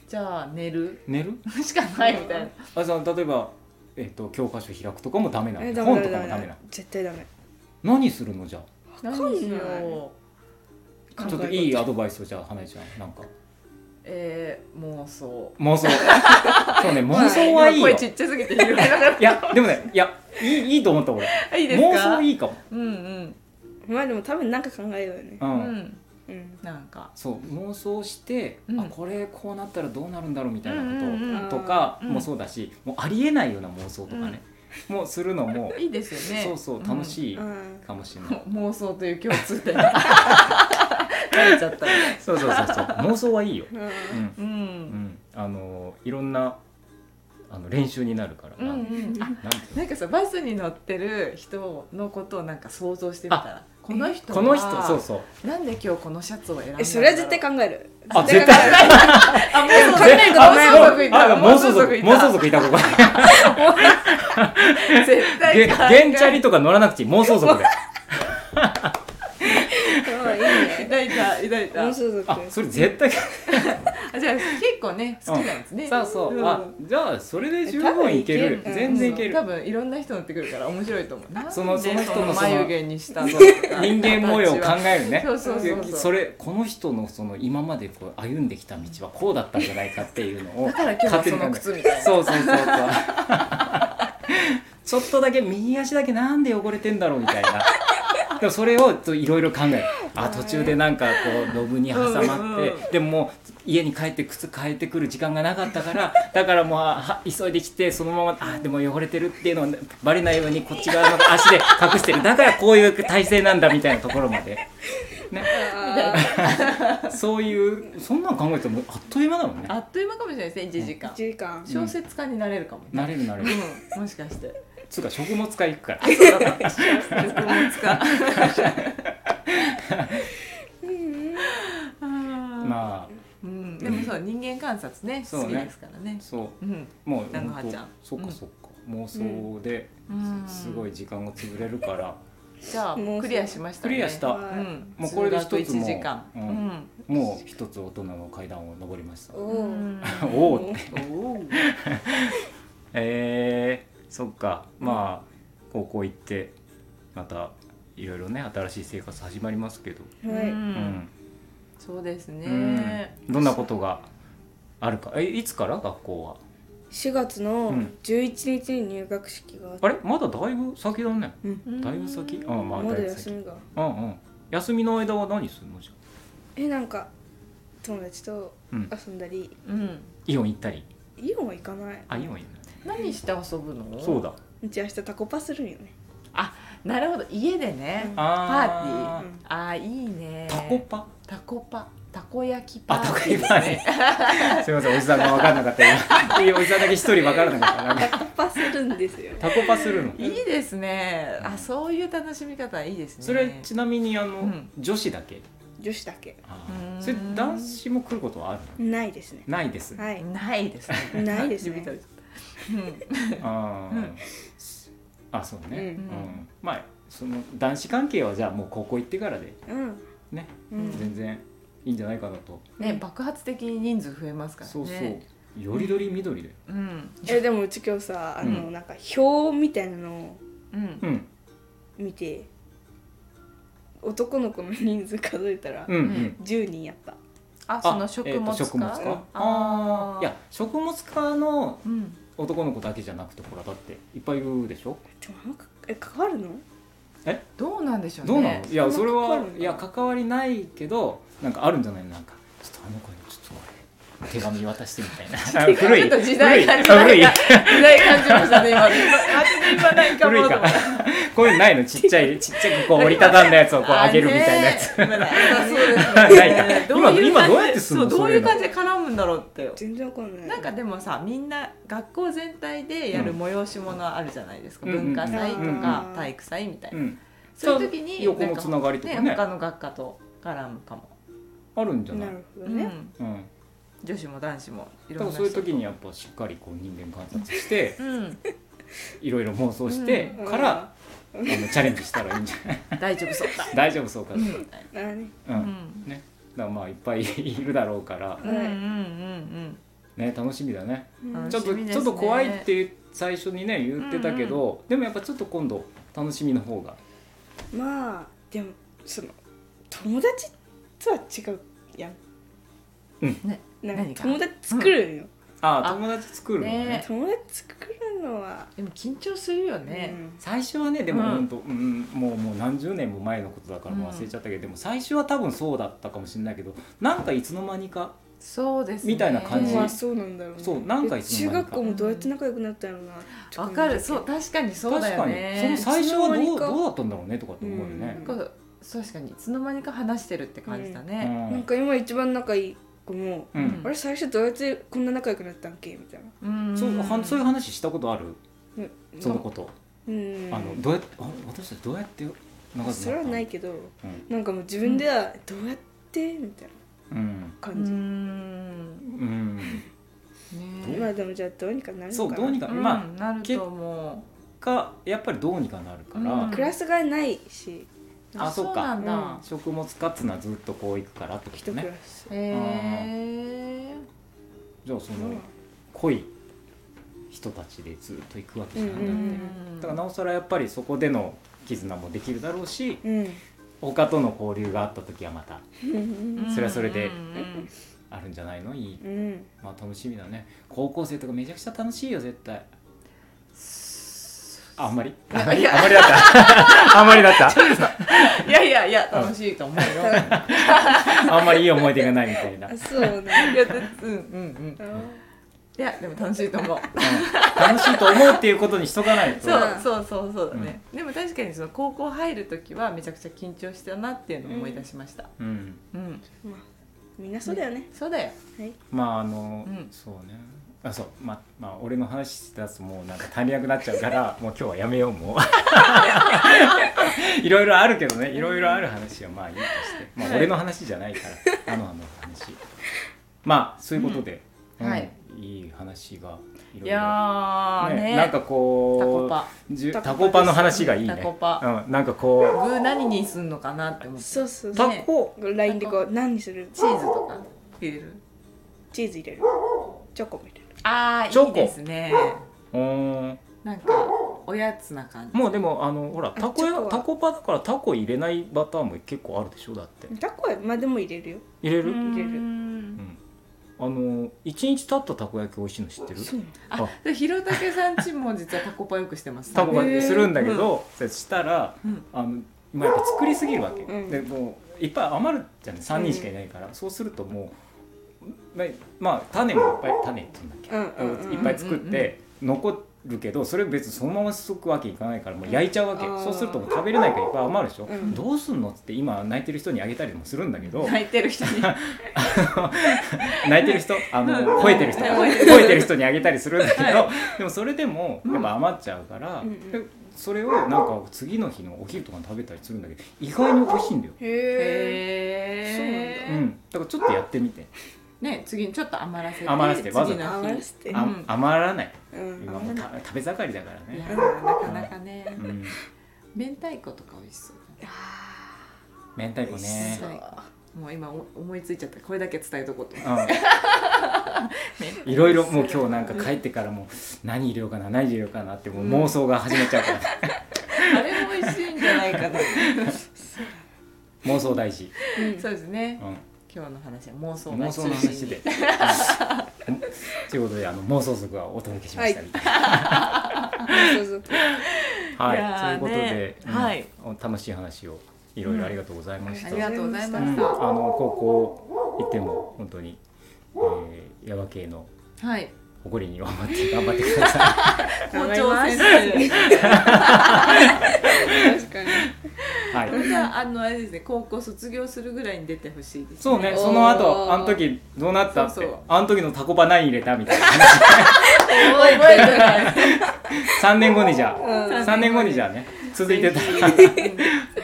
Speaker 2: じゃあ寝る
Speaker 1: 寝る
Speaker 2: しかないみたいな。
Speaker 1: あじゃあ例えば、えっと教科書開くとかもダメな
Speaker 3: え
Speaker 1: の
Speaker 3: ダ
Speaker 1: 本
Speaker 3: メ
Speaker 1: とか
Speaker 3: ダ
Speaker 1: も
Speaker 3: メ
Speaker 1: ダ
Speaker 3: ダ
Speaker 1: メな
Speaker 3: メダ
Speaker 1: の
Speaker 3: メ絶対ダメ
Speaker 1: 何するのじゃあ
Speaker 3: わかん
Speaker 2: 何しよ。
Speaker 3: ないう
Speaker 1: ちょっといいアドバイスをじゃあ花江ちゃんなんか
Speaker 2: えー妄想。
Speaker 1: 妄想そうね 妄想はいいよ
Speaker 2: 声ちっちゃすぎて拾えなかっ
Speaker 1: いやでもねいやいいいいと思った俺
Speaker 2: た。いいです
Speaker 1: 妄
Speaker 2: か。
Speaker 1: 想いいかも、
Speaker 2: うんうん
Speaker 3: まあでも多分なんか考えようよね
Speaker 1: う
Speaker 2: うんん。
Speaker 3: うん
Speaker 2: なんか。
Speaker 1: そう妄想して、
Speaker 2: うん
Speaker 1: あこれこうなったらどうなるんだろうみたいなこと、
Speaker 2: うんうん
Speaker 3: うん
Speaker 1: とか
Speaker 2: うん
Speaker 1: もそうだし、もうありえないような妄想とかね、もうするのも
Speaker 2: いいですよね。
Speaker 1: そうそう楽
Speaker 2: い。
Speaker 1: しい
Speaker 3: うん
Speaker 1: かもしれない、
Speaker 2: 妄想という共通点。慣れちゃったね。
Speaker 1: そうそうそうそう妄想はいいよ、
Speaker 3: うん
Speaker 1: うん
Speaker 2: う。
Speaker 1: うんん、あのいろんなあの練習になるから、
Speaker 2: うんうん。あ
Speaker 1: なんていうの
Speaker 2: なんかさバスに乗ってる人のことをなんか想像してみたらこの人
Speaker 1: こ
Speaker 2: は
Speaker 1: の人そうそう
Speaker 2: なんで今日このシャツを選んだんだろう
Speaker 3: えそれは絶対考える
Speaker 1: あ絶対
Speaker 3: 考える
Speaker 2: あ
Speaker 3: え
Speaker 2: もう
Speaker 3: 考えることない
Speaker 2: 妄想
Speaker 1: あ
Speaker 2: 族いた
Speaker 1: あ妄想族
Speaker 2: いた
Speaker 1: 妄想族いたここ
Speaker 2: 絶対
Speaker 1: げ
Speaker 2: 考え
Speaker 1: 原チャリとか乗らなくていい妄想族で
Speaker 3: うんいいね
Speaker 2: いたいたいたいた
Speaker 3: 妄想
Speaker 1: あ
Speaker 3: 族
Speaker 1: それ絶対
Speaker 2: あじゃあ結構ね好きなんですね、
Speaker 1: そうそう、
Speaker 2: ん
Speaker 1: あじゃあそれで十分いける
Speaker 3: 多分いける
Speaker 1: 全然いける
Speaker 2: 多分いろんな人乗ってくるから面白いと思うなんで
Speaker 1: そのその人の
Speaker 2: その
Speaker 1: その
Speaker 2: 眉毛にしたのとか
Speaker 1: 人間模様を考えるね
Speaker 2: そうそうそうそう
Speaker 1: それこの人のその今までこう歩んできた道はこうだったんじゃないかっていうのを
Speaker 2: だから今日はその
Speaker 1: 勝手
Speaker 2: 靴
Speaker 1: に
Speaker 2: みたいな
Speaker 1: そうそう そうそうちょっとだけ右足だけなんで汚れてんだろうみたいな でもそれをちょっといろいろ考えるあ途中でなんかこうロブに挟まって、
Speaker 2: うん
Speaker 1: でももう家に帰って靴変えてくる時間がなかったからだからもうあは急いできてそのままあでも汚れてるっていうのをバレないようにこっち側の足で隠してるだからこういう体勢なんだみたいなところまで
Speaker 3: あ
Speaker 1: そういうそんなん考えてもあっという間だもんね
Speaker 2: あっという間かもしれないですね1時
Speaker 3: ー
Speaker 2: 間
Speaker 3: 1時間
Speaker 2: 小説家になれるかも、
Speaker 1: なれるなれ
Speaker 2: う
Speaker 1: る
Speaker 2: ん、もしかして
Speaker 1: つうか食物科行くから
Speaker 2: 食 物かあ
Speaker 1: ま
Speaker 2: ー、うん、でもそう人間観察ね
Speaker 1: そう
Speaker 2: 好
Speaker 1: ね
Speaker 2: きですからね
Speaker 1: あそう
Speaker 2: うん
Speaker 1: もう
Speaker 2: 菜の葉
Speaker 1: 本当
Speaker 2: ちゃん
Speaker 1: そう
Speaker 2: う
Speaker 1: か
Speaker 2: ん
Speaker 1: そうか、妄想で
Speaker 2: うん
Speaker 1: すごい時間が潰れるから、
Speaker 2: じゃあ
Speaker 3: もう
Speaker 2: クリアしましたね
Speaker 1: クリアした
Speaker 2: う
Speaker 3: はい
Speaker 2: ん、
Speaker 1: もうこれで一つも
Speaker 2: 通学1時間
Speaker 1: う
Speaker 2: うんん、
Speaker 1: もう一つ大人の階段を上りました
Speaker 3: お
Speaker 2: う
Speaker 3: おー
Speaker 2: ん、
Speaker 1: おお
Speaker 2: おお
Speaker 1: えー、そっかまあ高校行ってまたいろいろね新しい生活始まりますけど、
Speaker 3: はい、
Speaker 1: うん
Speaker 2: そうですね、
Speaker 1: うんどんなことがあるかえいつから学校は
Speaker 3: 4月の
Speaker 1: うん
Speaker 3: 11日に入学式があって、
Speaker 1: あれまだだいぶ先だね
Speaker 2: うん
Speaker 1: だいぶ先あまあ
Speaker 3: ま
Speaker 1: だ
Speaker 3: だ
Speaker 1: いぶ
Speaker 3: 休
Speaker 1: 先
Speaker 3: みが
Speaker 1: うんうん休みの間は何するのじゃあ
Speaker 3: えなんか友達と
Speaker 1: うん
Speaker 3: 遊んだり、
Speaker 2: うん、
Speaker 1: イオン行ったり
Speaker 3: イオンは行かない
Speaker 1: あイオンいるね
Speaker 2: 何して遊ぶの
Speaker 1: そうだ
Speaker 3: うち明日タコパするんよね
Speaker 2: なるほど家でね、
Speaker 3: うん
Speaker 2: あ
Speaker 1: あ
Speaker 2: あ
Speaker 3: ー
Speaker 2: ーいいね
Speaker 1: タコパ
Speaker 2: タコパたこ焼きパ
Speaker 1: あ、
Speaker 2: ー
Speaker 1: たこ
Speaker 2: ティー
Speaker 1: 焼きパーティー。 すみません、おじさんが分かんなかった。今おじさんだけ一人分からなかった。なんか
Speaker 3: タコパするんですよ
Speaker 1: タコパするの。
Speaker 2: いいですねあそういう楽しみ方いいですね
Speaker 1: それちなみにあの、
Speaker 2: うん
Speaker 1: 女子だけ。
Speaker 3: 女子だけ
Speaker 1: あ
Speaker 2: う
Speaker 1: ー
Speaker 2: ん
Speaker 1: それ男子も来ることはある
Speaker 3: ないですね
Speaker 1: の。ないです。あ
Speaker 3: はい
Speaker 2: ないですね
Speaker 3: ないですね
Speaker 2: うん
Speaker 1: あー、
Speaker 2: うん
Speaker 1: あ、そう
Speaker 3: う
Speaker 1: ね。
Speaker 3: ん
Speaker 1: うん。まあその男子関係はじゃあもう高校行ってからで
Speaker 3: うん
Speaker 1: ね、
Speaker 3: うん
Speaker 1: 全然いいんじゃないかなと。
Speaker 2: ね爆発的に人数増えますからね
Speaker 1: そうそう。よりどり緑だよ。
Speaker 2: うん
Speaker 3: えでもうち今日さあの、
Speaker 1: う
Speaker 3: なんか表みたいなのを
Speaker 2: うん
Speaker 1: うん
Speaker 3: 見て男の子の人数数えたら
Speaker 1: うんうん。
Speaker 3: 10人やった、
Speaker 2: あ
Speaker 1: あ
Speaker 2: その食
Speaker 1: え
Speaker 2: 物
Speaker 1: ー
Speaker 2: か、
Speaker 1: と食物
Speaker 3: 科
Speaker 1: か。ああ。いや食物科の
Speaker 2: うん
Speaker 1: 男の子だけじゃなくてほらだっていっぱいいるでしょ。
Speaker 3: でもなんかえ関わるの
Speaker 2: どうなんでしょうね
Speaker 1: どうなの、いや
Speaker 3: そ
Speaker 1: そ
Speaker 3: ん
Speaker 1: れ
Speaker 3: な関わる
Speaker 1: は
Speaker 3: の
Speaker 1: いや関わりないけどなんかあるんじゃないのなんかちょっとあの子にちょっとこれ手紙渡してみたい な古い
Speaker 2: ちょっと時代が
Speaker 1: 古いあ古い
Speaker 2: 時代感じましたね今ね今今ないかも
Speaker 1: 古い
Speaker 2: と
Speaker 1: か
Speaker 2: 思って
Speaker 1: こういうのないのちっちゃ いちっちゃくこう折りたたんだやつをこう上げるみたい なやつ
Speaker 2: あねまだあそうですね
Speaker 1: ないか
Speaker 2: どういう
Speaker 1: 今今
Speaker 2: 感じ
Speaker 1: どうやってすんの
Speaker 2: そうど
Speaker 1: そう
Speaker 2: う
Speaker 1: い
Speaker 2: いうう
Speaker 1: の
Speaker 2: 感じで絡むんだろうって
Speaker 3: 全然わかんない
Speaker 2: なんかでもさみんな学校全体でやる催し物あるじゃないですか、
Speaker 1: うん
Speaker 2: 文化祭と
Speaker 1: うんうん
Speaker 2: か
Speaker 3: うん
Speaker 2: 体育祭みたいな、
Speaker 1: うん
Speaker 2: そういう時に
Speaker 1: そう横のつながりとかね
Speaker 2: なん他の学科と絡むかも、
Speaker 1: あるんじゃない
Speaker 3: なるほどね、
Speaker 2: うん
Speaker 1: うん、
Speaker 2: 女子も男子もい
Speaker 1: だ
Speaker 2: ろ
Speaker 1: から
Speaker 2: んな人
Speaker 1: そういう時にやっぱしっかりこう人間観察 して
Speaker 2: うん、
Speaker 1: いろいろ妄想して
Speaker 3: うん
Speaker 1: から、あのチャレンジしたらいいんじゃない
Speaker 2: 大丈夫そうだ、
Speaker 1: 大丈夫そうか
Speaker 2: う
Speaker 1: な、うんん
Speaker 3: あーね
Speaker 2: うん
Speaker 1: ねだからまあいっぱいいるだろうから
Speaker 2: うんうんうん
Speaker 1: ね楽しみだね
Speaker 3: うん
Speaker 1: ちょっと、
Speaker 2: 楽しみ
Speaker 1: ち
Speaker 2: です
Speaker 1: ょっ
Speaker 2: ね
Speaker 1: と怖いって最初にね言ってたけど、でもやっぱちょっと今度楽しみの方が
Speaker 3: まあでもその友達とは違うやん
Speaker 2: うんね
Speaker 3: なん
Speaker 2: 何
Speaker 3: か
Speaker 2: が
Speaker 3: 友達作るんよ、
Speaker 1: あ
Speaker 2: あ
Speaker 1: あ友達作るのね
Speaker 2: ね
Speaker 3: 友達作るのは
Speaker 2: でも緊張するよね、
Speaker 3: うん
Speaker 1: 最初はねでも
Speaker 2: うん
Speaker 1: 本当、うんもうもう何十年も前のことだからもう忘れちゃったけど、でも最初は多分そうだったかもしれないけどなんかいつの間にか
Speaker 2: そうですね
Speaker 1: みたいな感じ
Speaker 3: まあそうなんだろうね
Speaker 1: そうなんかいつ
Speaker 3: 中
Speaker 1: の間に
Speaker 3: 学
Speaker 1: か
Speaker 3: 校もどうやって仲良くなったのなちょっ
Speaker 2: わ
Speaker 3: と
Speaker 2: かる
Speaker 3: 思
Speaker 2: そ
Speaker 3: ん
Speaker 2: う
Speaker 3: だ
Speaker 2: 確かにそう
Speaker 1: 確
Speaker 2: だよ
Speaker 1: かにその
Speaker 2: ね
Speaker 1: 最初はど
Speaker 3: いつの間
Speaker 1: う
Speaker 3: にか
Speaker 1: どうだったんだろうねとかって思うよね
Speaker 3: う。
Speaker 2: なんか確かにいつの間にか話してるって感じだ
Speaker 1: う
Speaker 2: ね、
Speaker 3: けど
Speaker 1: ん
Speaker 3: なんか今一番仲いい子も、
Speaker 1: うん
Speaker 2: うん
Speaker 3: あれ最初どうやってこんな仲良くなったんけみたいな
Speaker 2: うん
Speaker 1: そうはそういう話したことある
Speaker 3: ね
Speaker 1: そのこと、
Speaker 3: うん
Speaker 1: あのどうやってあ私たちどうやって仲良くなった
Speaker 3: それはないけど
Speaker 1: うん
Speaker 3: なんかもう自分ではどうやってみたいな
Speaker 1: うん
Speaker 3: 感じ、
Speaker 1: う
Speaker 2: ん
Speaker 1: ん
Speaker 2: ね
Speaker 3: まあでもじゃあどうにかなるのかな
Speaker 1: そうどうにか、
Speaker 2: うん
Speaker 1: まあ
Speaker 2: なると思
Speaker 1: がやっぱりどうにかなるから、
Speaker 2: うん
Speaker 3: クラスがないし
Speaker 2: う
Speaker 1: あそうか
Speaker 2: なんだ、
Speaker 1: 食物カツナずっとこう行くからってこ
Speaker 3: 一
Speaker 1: と
Speaker 3: クラ
Speaker 1: ね
Speaker 3: ス、
Speaker 2: へえ
Speaker 1: じゃあその
Speaker 3: うん
Speaker 1: 濃い人たちでずっと行くわけじゃない、
Speaker 3: うんうん
Speaker 1: だからなおさらやっぱりそこでの絆もできるだろうし
Speaker 3: うん
Speaker 1: 他との交流があった時はまた
Speaker 3: うん
Speaker 1: それはそれで
Speaker 2: うん
Speaker 1: あるんじゃないのいい、
Speaker 3: うん
Speaker 1: まあ、楽しみだね高校生とかめちゃくちゃ楽しいよ絶対ああんまりあんま
Speaker 2: い
Speaker 1: り
Speaker 2: や
Speaker 1: あんまりだったあんまりだ った
Speaker 2: いやいやいや楽しいと思うよ
Speaker 1: あんまりいい思い出がないみたいな
Speaker 3: あそうなんだ
Speaker 2: いやだうんうんうんいやでも楽しいと思
Speaker 1: う
Speaker 2: う
Speaker 1: ん楽しいと思うっていうことにしとかないと
Speaker 2: そうそうそうそうだね、でも確かにその高校入る時はめちゃくちゃ緊張したなっていうのを思い出しました
Speaker 1: うん、
Speaker 2: うん、
Speaker 3: まあみんなそうだよね
Speaker 2: そうだよ
Speaker 3: はい
Speaker 1: まああの、
Speaker 2: うん
Speaker 1: そうねあそうままあ俺の話してたやつもうなんか足りなくなっちゃうから もう今日はやめようもういろいろあるけどねいろいろある話はまあいいとして、まあ、俺の話じゃないからあのあの話まあそういうことで、
Speaker 2: うんはい
Speaker 1: うんいい話がいろ
Speaker 2: い
Speaker 1: いろ
Speaker 2: やーね
Speaker 1: なんか
Speaker 2: タコ
Speaker 1: こう
Speaker 2: パ
Speaker 1: じゅ
Speaker 3: タコパ
Speaker 1: タコパの話がいいね
Speaker 2: タコパ
Speaker 1: うん、なんかこ
Speaker 2: 具何にすんのかなって思ってチ
Speaker 3: そうそう
Speaker 2: タ
Speaker 3: タ
Speaker 2: コ
Speaker 3: コ LINE でこう何にする
Speaker 2: ーズとか入れる
Speaker 3: チーズ入れるチョコも入れる
Speaker 2: あ
Speaker 1: チョ
Speaker 2: ー
Speaker 1: コ
Speaker 2: いいですね
Speaker 1: ううーん
Speaker 2: なんかおやつな感じ
Speaker 1: もうでもあのほらタコ
Speaker 3: チョコ
Speaker 1: や
Speaker 3: は
Speaker 1: タコパだからタコ入れないパターンも結構あるでしょだって
Speaker 3: タコはまあでも入れるよ
Speaker 1: 入れる、
Speaker 3: 入れる
Speaker 1: うんあの一日経ったたこ焼き美味しいの知ってる
Speaker 3: そうなの
Speaker 2: あでひろたけさんちも実はタコパよくしてます
Speaker 1: たこ焼
Speaker 3: へ
Speaker 1: き
Speaker 3: ー
Speaker 1: するんだけど、そしたら
Speaker 2: うん
Speaker 1: あのまあやっぱ作りすぎるわけ、
Speaker 3: うん
Speaker 1: でもういっぱい余るじゃない3人しかいないから、そうするともうまあまあ種もいっぱい種って言うんだっけ、
Speaker 3: うんうんうん
Speaker 1: いっぱい作って残るけどそれ別にそのまますくわけいかないからもう焼いちゃうわけ、
Speaker 3: あー
Speaker 1: そうするともう食べれないからいっぱい余るでしょ、
Speaker 3: うん
Speaker 1: どうすんのって今泣いてる人にあげたりもするんだけど、
Speaker 2: 泣いてる人 に
Speaker 1: 泣いてる 人あの
Speaker 2: うん
Speaker 1: 吠えてる人
Speaker 2: うん
Speaker 1: 吠えてる人にあげたりするんだけどでもそれでもやっぱ余っちゃうから、
Speaker 3: うんうん
Speaker 1: でそれをなんか次の日のお昼とかに食べたりするんだけど意外に美味しいんだよ、
Speaker 3: へえ
Speaker 2: へ
Speaker 1: う
Speaker 2: ー
Speaker 1: ん、だからちょっとやってみて
Speaker 2: ね次にちょっと余らせて
Speaker 1: 余らせてわざと
Speaker 2: 次の日
Speaker 3: 余らせて
Speaker 1: あ、
Speaker 2: うん
Speaker 1: 余らない
Speaker 3: うん
Speaker 1: 今もうた食べ盛りだから
Speaker 2: い
Speaker 1: ね、
Speaker 2: やーなかなかね
Speaker 1: うん、
Speaker 2: 明太子とか美味しそう
Speaker 1: 明太子
Speaker 3: 美味
Speaker 1: ね
Speaker 3: しそう
Speaker 2: もう今お思いついちゃったこれだけ伝えとこうと
Speaker 1: うん、いろいろもう今日なんか帰ってからもう何入れようかな何入れようかなってもう妄想が始めちゃう から、
Speaker 2: あれも美味しいんじゃな いかな
Speaker 1: 妄想大事、
Speaker 3: うん
Speaker 2: そうですね
Speaker 1: うん
Speaker 2: 今日の話は妄想が
Speaker 1: 妄想の
Speaker 2: 中心に
Speaker 1: 話で。ということであの妄想族はお届けしましたみたいな。
Speaker 3: そうそう
Speaker 1: はい
Speaker 2: いやー
Speaker 1: ということで
Speaker 2: ね、はい
Speaker 1: うん楽しい話をいろいろありがとうございました。
Speaker 2: あ
Speaker 1: うん
Speaker 2: りがとうございま
Speaker 1: あ
Speaker 2: し
Speaker 1: の高校行っても本当に、えー、ヤバ系の
Speaker 2: たはい
Speaker 1: 誇りに頑張って頑張ってください。
Speaker 2: 校
Speaker 3: 頑張り
Speaker 2: 長
Speaker 3: ま
Speaker 2: 先
Speaker 3: す
Speaker 2: 生
Speaker 1: は
Speaker 3: 確かに
Speaker 2: それ
Speaker 1: い。
Speaker 2: じゃああのあれですね高校卒業するぐらいに出てほしいです
Speaker 1: そうね、
Speaker 3: おー
Speaker 1: その後あの時どうなったって、
Speaker 2: そうそう
Speaker 1: あの時のタコパ何入れたみたいな話。
Speaker 2: 覚えてない
Speaker 1: 3年後にじゃあ、
Speaker 3: うん
Speaker 1: 3年後にじゃあね、続いてたら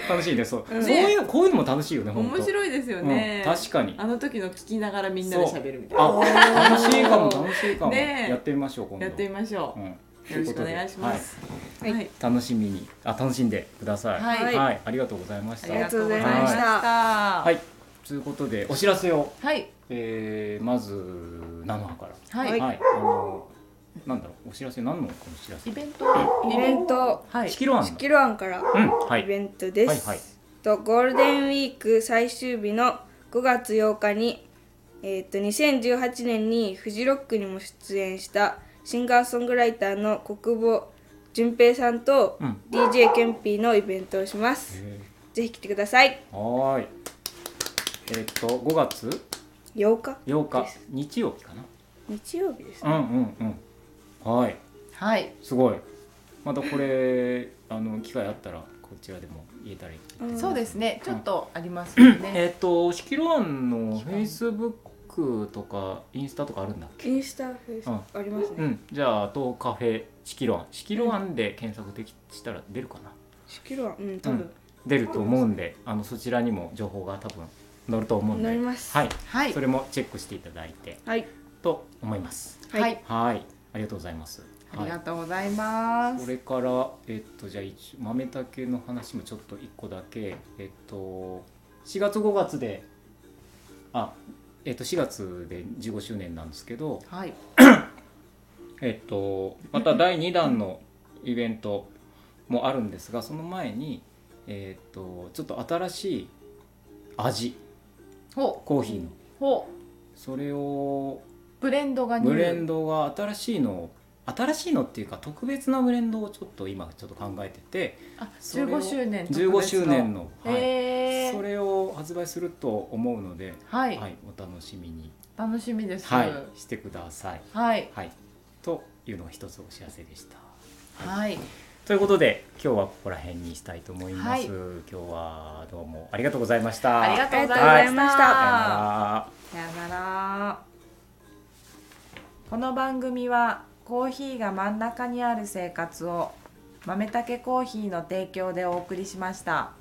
Speaker 1: 楽しいね。そう、
Speaker 3: うん
Speaker 1: そういうこういうのも楽しいよね、本当。
Speaker 2: 面白いですよね、
Speaker 1: うん、確かに。
Speaker 2: あの時の聞きながらみんなで喋るみたいな
Speaker 1: あ、楽しいかも楽しいかも。
Speaker 2: ねえ
Speaker 1: やってみましょう今度。
Speaker 2: やってみましょ
Speaker 1: う
Speaker 2: う、
Speaker 1: ん。よ
Speaker 2: よろしくお願いします
Speaker 3: ということではい
Speaker 2: はい
Speaker 1: 楽しみにあ楽しんでください。
Speaker 2: はい
Speaker 1: はい。ありがとうございまし
Speaker 2: あ
Speaker 1: た。
Speaker 2: り
Speaker 3: り
Speaker 2: が
Speaker 3: が
Speaker 2: と
Speaker 3: と
Speaker 2: う
Speaker 3: う
Speaker 2: ご
Speaker 3: ご
Speaker 2: ざ
Speaker 3: ざ
Speaker 2: い
Speaker 3: い
Speaker 2: ま
Speaker 3: ま
Speaker 2: し。
Speaker 3: した
Speaker 2: は
Speaker 1: はい。ということでお知らせを、
Speaker 2: はい。
Speaker 1: えー、まずナノハから。
Speaker 2: はい。
Speaker 3: はい
Speaker 1: あのなんだろうお知らせ何のこの知らせ。
Speaker 2: イ
Speaker 1: ン
Speaker 2: ベント。
Speaker 3: イベント
Speaker 2: はい。
Speaker 1: シキロアン
Speaker 3: シキロアンから
Speaker 1: うんは
Speaker 3: イ
Speaker 1: い。
Speaker 3: ベントです、
Speaker 1: はいはい
Speaker 3: とゴールデンウィーク最終日の5月8日に、えー、と2018年にフジロックにも出演したシンガーソングライターの国母淳平さんと
Speaker 1: うん
Speaker 3: DJ ケンピーのイベントをします、
Speaker 1: え
Speaker 3: ぜひ来てください
Speaker 1: ーはーい。えーっと5月
Speaker 3: 8日
Speaker 1: 8日
Speaker 3: です
Speaker 1: 日曜日かな。
Speaker 3: 日曜日です
Speaker 1: う
Speaker 3: ね、
Speaker 1: んうんうん。はい。
Speaker 2: はい。
Speaker 1: すごいまたこれあの機会あったらこちらでも言えたらいい、
Speaker 3: うん
Speaker 2: そうですね。ちょっとありますよね。
Speaker 1: えっ、としきろあんの
Speaker 2: 機
Speaker 1: フ
Speaker 2: 会
Speaker 1: ェイスブックとかインスタとかあるんだっけ
Speaker 3: インスタフェイス
Speaker 1: うん
Speaker 3: あります
Speaker 1: う
Speaker 3: ね
Speaker 1: んじゃああとカフェしきろあんしきろあんで検索できしたら出るかな
Speaker 3: シキロアンうん多分、
Speaker 1: 出ると思うんであのそちらにも情報が多分載ると思うんで
Speaker 3: 載ります
Speaker 1: はい、
Speaker 2: はい
Speaker 1: そ。れもチェックしていただいて
Speaker 3: はい
Speaker 1: と思います
Speaker 2: は。
Speaker 3: はい
Speaker 1: はいありがとうございます
Speaker 2: あり
Speaker 1: は
Speaker 2: が
Speaker 1: い
Speaker 2: とうございま
Speaker 1: こ
Speaker 2: す。
Speaker 1: れから、えっと、じゃあ一豆たけの話もちょっと一個だけ、えっと、4月5月であ、えっと、4月で15周年なんですけど、
Speaker 2: はい。
Speaker 1: えっと、また第2弾のイベントもあるんですがその前に、えっと、ちょっと新しい味
Speaker 2: ほ
Speaker 1: コーヒーの
Speaker 2: う。ほ
Speaker 1: それを
Speaker 2: う。ブレンドがニュー
Speaker 1: ブレンドが新しいのを新しいのっていうか特別なブレンドをちょっと今ちょっと考えてて
Speaker 2: あ、
Speaker 1: それを
Speaker 2: 15周年。
Speaker 1: 15周年
Speaker 2: の。
Speaker 1: の、はい
Speaker 2: ええ
Speaker 1: そ。れを発売すると思うので、
Speaker 2: は
Speaker 1: はい
Speaker 2: い。
Speaker 1: お楽しみに、
Speaker 2: 楽しみです。
Speaker 1: はいしてください、
Speaker 2: はい。
Speaker 1: はい、というのが一つお知らせでした。
Speaker 2: はい。
Speaker 1: ということで今日はここら辺にしたいと思います。
Speaker 2: はい
Speaker 1: 今日はどうもありがとうございました。
Speaker 2: ありがとうございまし
Speaker 3: ありがとうございました
Speaker 1: さようなら
Speaker 2: た。さよなら。この番組はコーヒーが真ん中にある生活を豆たけコーヒーの提供でお送りしました。